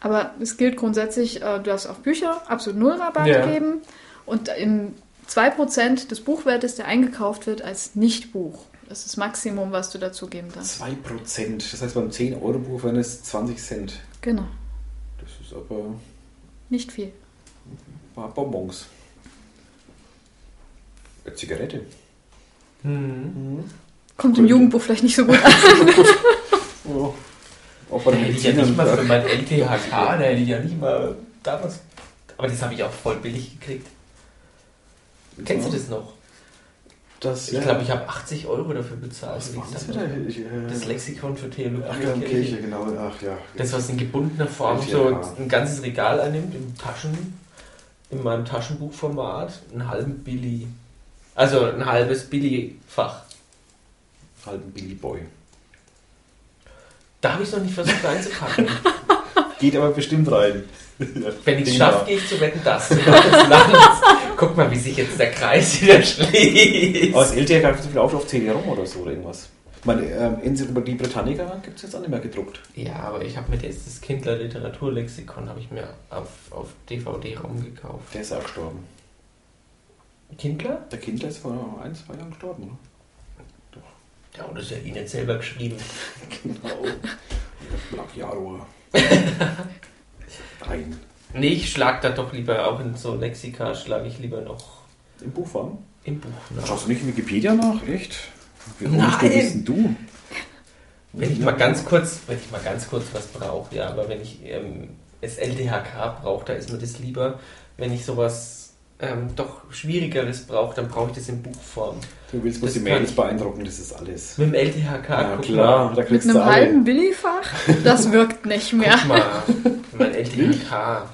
Aber es gilt grundsätzlich, äh, du darfst auf Bücher absolut null Rabatt Ja. geben und im 2% des Buchwertes, der eingekauft wird, als Nicht-Buch. Das ist das Maximum, was du dazugeben darfst. 2%. Das heißt, beim 10-Euro-Buch wären es 20 Cent. Genau. Das ist aber Nicht viel. war Bonbons. Eine Zigarette. Hm. Kommt im Cool. Jugendbuch vielleicht nicht so gut an. Ja. Auch bei Da den hätte ich ja nicht mal für Medizinern. mein LTHK, da hätte ich ja nicht mal damals. Aber das habe ich auch voll billig gekriegt. Kennst du das noch? Das, Ich glaube, ich habe 80 Euro dafür bezahlt. Was wie war das gesagt wieder? habe. Ich, äh, Das Lexikon für Theologie. Ach, und ja, Kirche. Kirche, genau. Ach ja. Das, was in gebundener Form LTHK. so ein ganzes Regal annimmt, im Taschen, in meinem Taschenbuchformat, einen halben Billy. Also ein halbes Billy-Fach. Halt ein Billy Boy. Da habe ich es noch nicht versucht einzupacken. Geht aber bestimmt rein. Wenn ich es Prima. schaffe, gehe ich zu wetten, das. Zu Wetten, das Landes. Guck mal, wie sich jetzt der Kreis wieder schließt. Aber das LTR greift so viel auf, auf 10 Euro oder so oder irgendwas. Ich meine, ähm, Enzyklopädie Britannica gibt es jetzt auch nicht mehr gedruckt. Ja, aber ich habe mir das das Kindler Literaturlexikon habe ich mir auf, auf DVD rumgekauft. Der ist auch gestorben. Kindler? Der Kindler ist vor ein, zwei Jahren gestorben. Ne? Ja, und das ist ja Ihnen selber geschrieben. Genau. Black Jaroa. Rein. Nee, ich schlag da doch lieber auch in so Lexika, schlage ich lieber noch Im Buchform? im Buch ne? nach. Schaust du nicht in Wikipedia nach? Echt? Wie Nein. ruhig bist denn du? Wenn ich mal ganz kurz, wenn ich mal ganz kurz was brauche, ja, aber wenn ich ähm, es LDHK brauche, da ist mir das lieber. Wenn ich sowas ähm, doch Schwierigeres brauche, dann brauche ich das in Buchform. Du willst bloß Das die Mädels kann ich. beeindrucken, das ist alles. Mit dem LDHK, Ja, guck klar, da Mit kriegst du einem alle. halben Billifach? Das wirkt nicht mal. mehr. Guck mal, mein LDHK.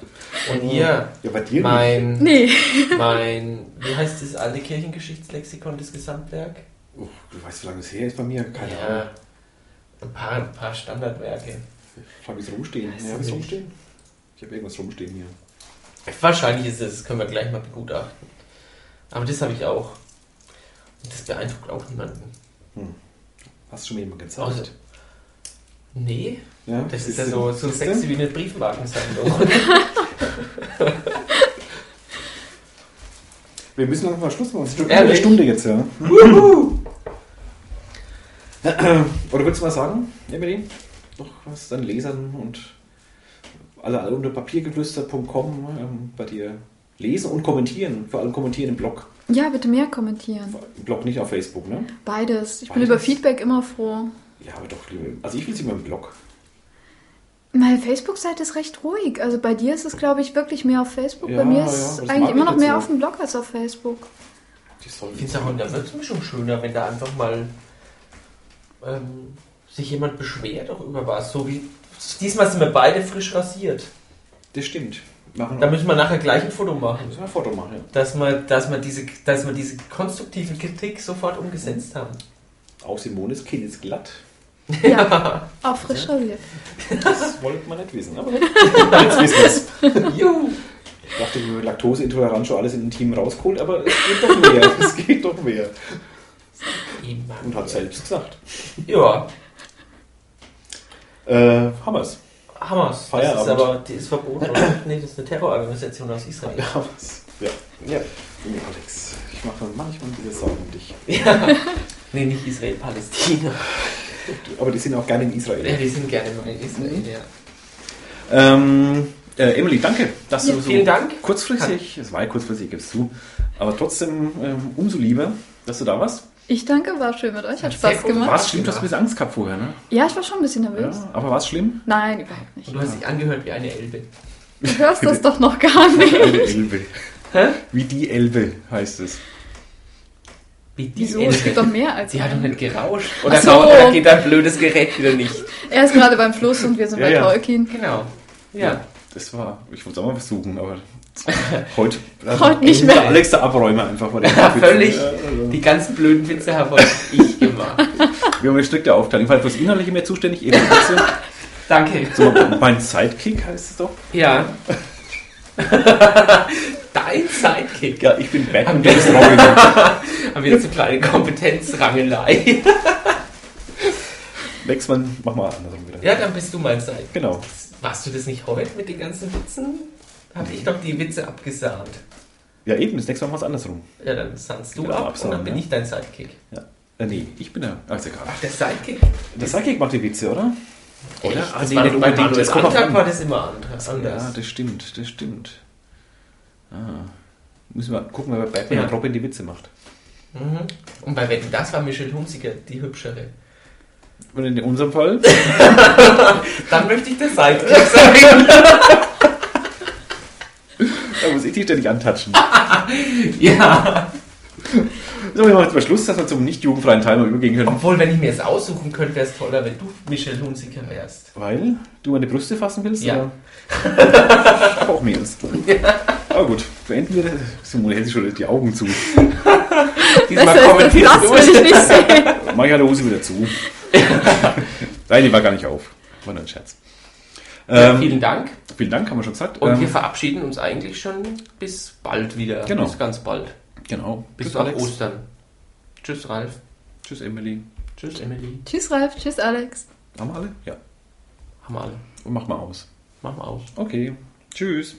Und ihr, Ja, bei dir nicht. mein, Nee. mein, wie heißt das alte Kirchengeschichtslexikon, das Gesamtwerk? Uff, du weißt, wie lange es her ist bei mir? Keine Ahnung. Ja, ein paar, ein paar Standardwerke. Ich habe es rumstehen. Weiß Ja, hab ich ich's nicht. rumstehen? Ich habe irgendwas rumstehen hier. Wahrscheinlich ist es, das können wir gleich mal begutachten. Aber das habe ich auch. Und das beeindruckt auch niemanden. Hast du schon mal jemand gezeigt? Also, nee, ja, das ist siehst ja du? so, so Siehst du? sexy wie eine Briefmarkensammlung. Wir müssen langsam mal Schluss machen. Es ist schon über eine Ehrlich? Stunde jetzt, ja. Oder willst du mal sagen, Emily? Noch was deinen Lesern und alle, alle unter papiergeflüster.com ähm, bei dir lesen und kommentieren. Vor allem kommentieren im Blog. Ja, bitte mehr kommentieren. Im Blog nicht auf Facebook, ne? Beides. Ich bin Beides. über Feedback immer froh. Ja, aber doch. liebe- Also ich will sie mal im Blog. Meine Facebook-Seite ist recht ruhig. Also bei dir ist es, glaube ich, wirklich mehr auf Facebook. Ja, bei mir ja, ist das es mag eigentlich immer ich noch mehr dazu. auf dem Blog als auf Facebook. Die sollen Ich finde es auch in der Würzmischung schöner, wenn da einfach mal ähm, sich jemand beschwert auch über was. So wie diesmal sind wir beide frisch rasiert. Das stimmt. Machen Da wir. müssen wir nachher gleich ein Foto machen. Müssen wir ein Foto machen, ja. Dass wir, dass, wir diese, dass wir diese konstruktive Kritik sofort umgesetzt haben. Auch Simones Kinn ist glatt. Ja, auch frisch rasiert. Das wollte man nicht wissen, aber jetzt wissen wir es. Juhu! Ich dachte, wir haben Laktoseintoleranz schon alles in den Team rausgeholt, aber es geht doch mehr. es geht doch mehr. Und hat selbst gesagt. Ja, Äh, haben wir's. Hamas. Das Feierabend. ist aber, die ist verboten, oder? Nee, das ist eine Terrororganisation aus Israel. Ja, was? Ja. ja. Nee, Alex, ich mache mir manchmal diese Sorgen um dich. Ja. Nee, nicht Israel, Palästina. Aber die sind auch gerne in Israel. Mhm. Ja, die sind gerne mal in Israel, ja. Ähm, Äh, Emily, danke, dass Ja, du so vielen Dank. kurzfristig, es war ja kurzfristig, gibst du, aber trotzdem ähm, umso lieber, dass du da warst. Ich danke, war schön mit euch, Sehr hat Spaß gut. gemacht. War es schlimm, du hast ein bisschen Angst gehabt vorher, ne? Ja, ich war schon ein bisschen nervös. Ja, aber war es schlimm? Nein, überhaupt nicht. Und du hast dich angehört wie eine Elbe. Du hörst das doch noch gar Eine nicht. Elbe. Hä? Wie die Elbe heißt es. Wie die Wieso? Es gibt doch Elbe. mehr als Sie hat doch einen. nicht gerauscht. Und da, Ach so. braucht- da geht dein blödes Gerät wieder nicht. Er ist gerade beim Fluss und wir sind Ja, bei ja. Tolkien. Genau. Ja. Das war, ich wollte es auch mal versuchen, aber heute, Heute nicht Der mehr. Alex der Abräumer einfach. Bei der Völlig Ja, also. die ganz blöden Witze habe ich gemacht. Wir haben eine strikte Aufteilung. Weil fürs Innerliche mehr zuständig, eben Witze. Danke. So, mein Sidekick heißt es doch. Ja. Dein Sidekick. Ja, ich bin Batman, der ist Robin. Haben wir jetzt eine kleine Kompetenzrangelei. Nächstes Mal machen wir andersrum wieder. Ja, dann bist du mein Sidekick. Genau. Warst du das nicht heute mit den ganzen Witzen? Habe ich doch die Witze abgesahnt. Ja, eben, das nächste Mal machen wir es andersrum. Ja, dann sahnst du Genau, ab absahnen, und dann bin ja. ich dein Sidekick. Ja. Äh, nee, ich bin der. Ach, ist egal. Ach, der Sidekick? Der Sidekick macht die Witze, oder? Oder? Echt? Ah, Das nee, war nicht doch bei unbedingt. Manuel Das kommt auf Antrag an. war das immer anders. anders. Ja, das stimmt, das stimmt. Ah. Müssen wir gucken, wer bei Batman Ja. und Robin die Witze macht. mhm. Und bei Wetten, das war Michelle Hunziker, die hübschere. Und in unserem Fall? Dann möchte ich der Sidekick sein. Da muss ich die ständig antatschen. ja. So, wir machen jetzt mal Schluss, dass wir zum nicht jugendfreien Teil mal übergehen können. Obwohl, wenn ich mir es aussuchen könnte, wäre es toller, wenn du Michelle Hunziker wärst. Weil du meine Brüste fassen willst? Ja. oder? Ich hab auch mir jetzt. Aber gut, beenden wir das. Simone hält sich schon die Augen zu. Besser ist das nass, will ich nicht sehen. Mach ich halt die Hose wieder zu. Nein, die war gar nicht auf. War nur ein Scherz. Ja, Ähm, vielen Dank. vielen Dank, haben wir schon gesagt. Und Ähm, wir verabschieden uns eigentlich schon bis bald wieder. Genau. Bis ganz bald. genau. Bis Tschüss, nach Alex. Ostern. Tschüss, Ralf. Tschüss, Emily. Tschüss, Emily. Tschüss, Ralf. Tschüss, Alex. Haben wir alle? Ja. Haben wir alle. Und mach mal aus. Machen wir aus. Okay. Tschüss.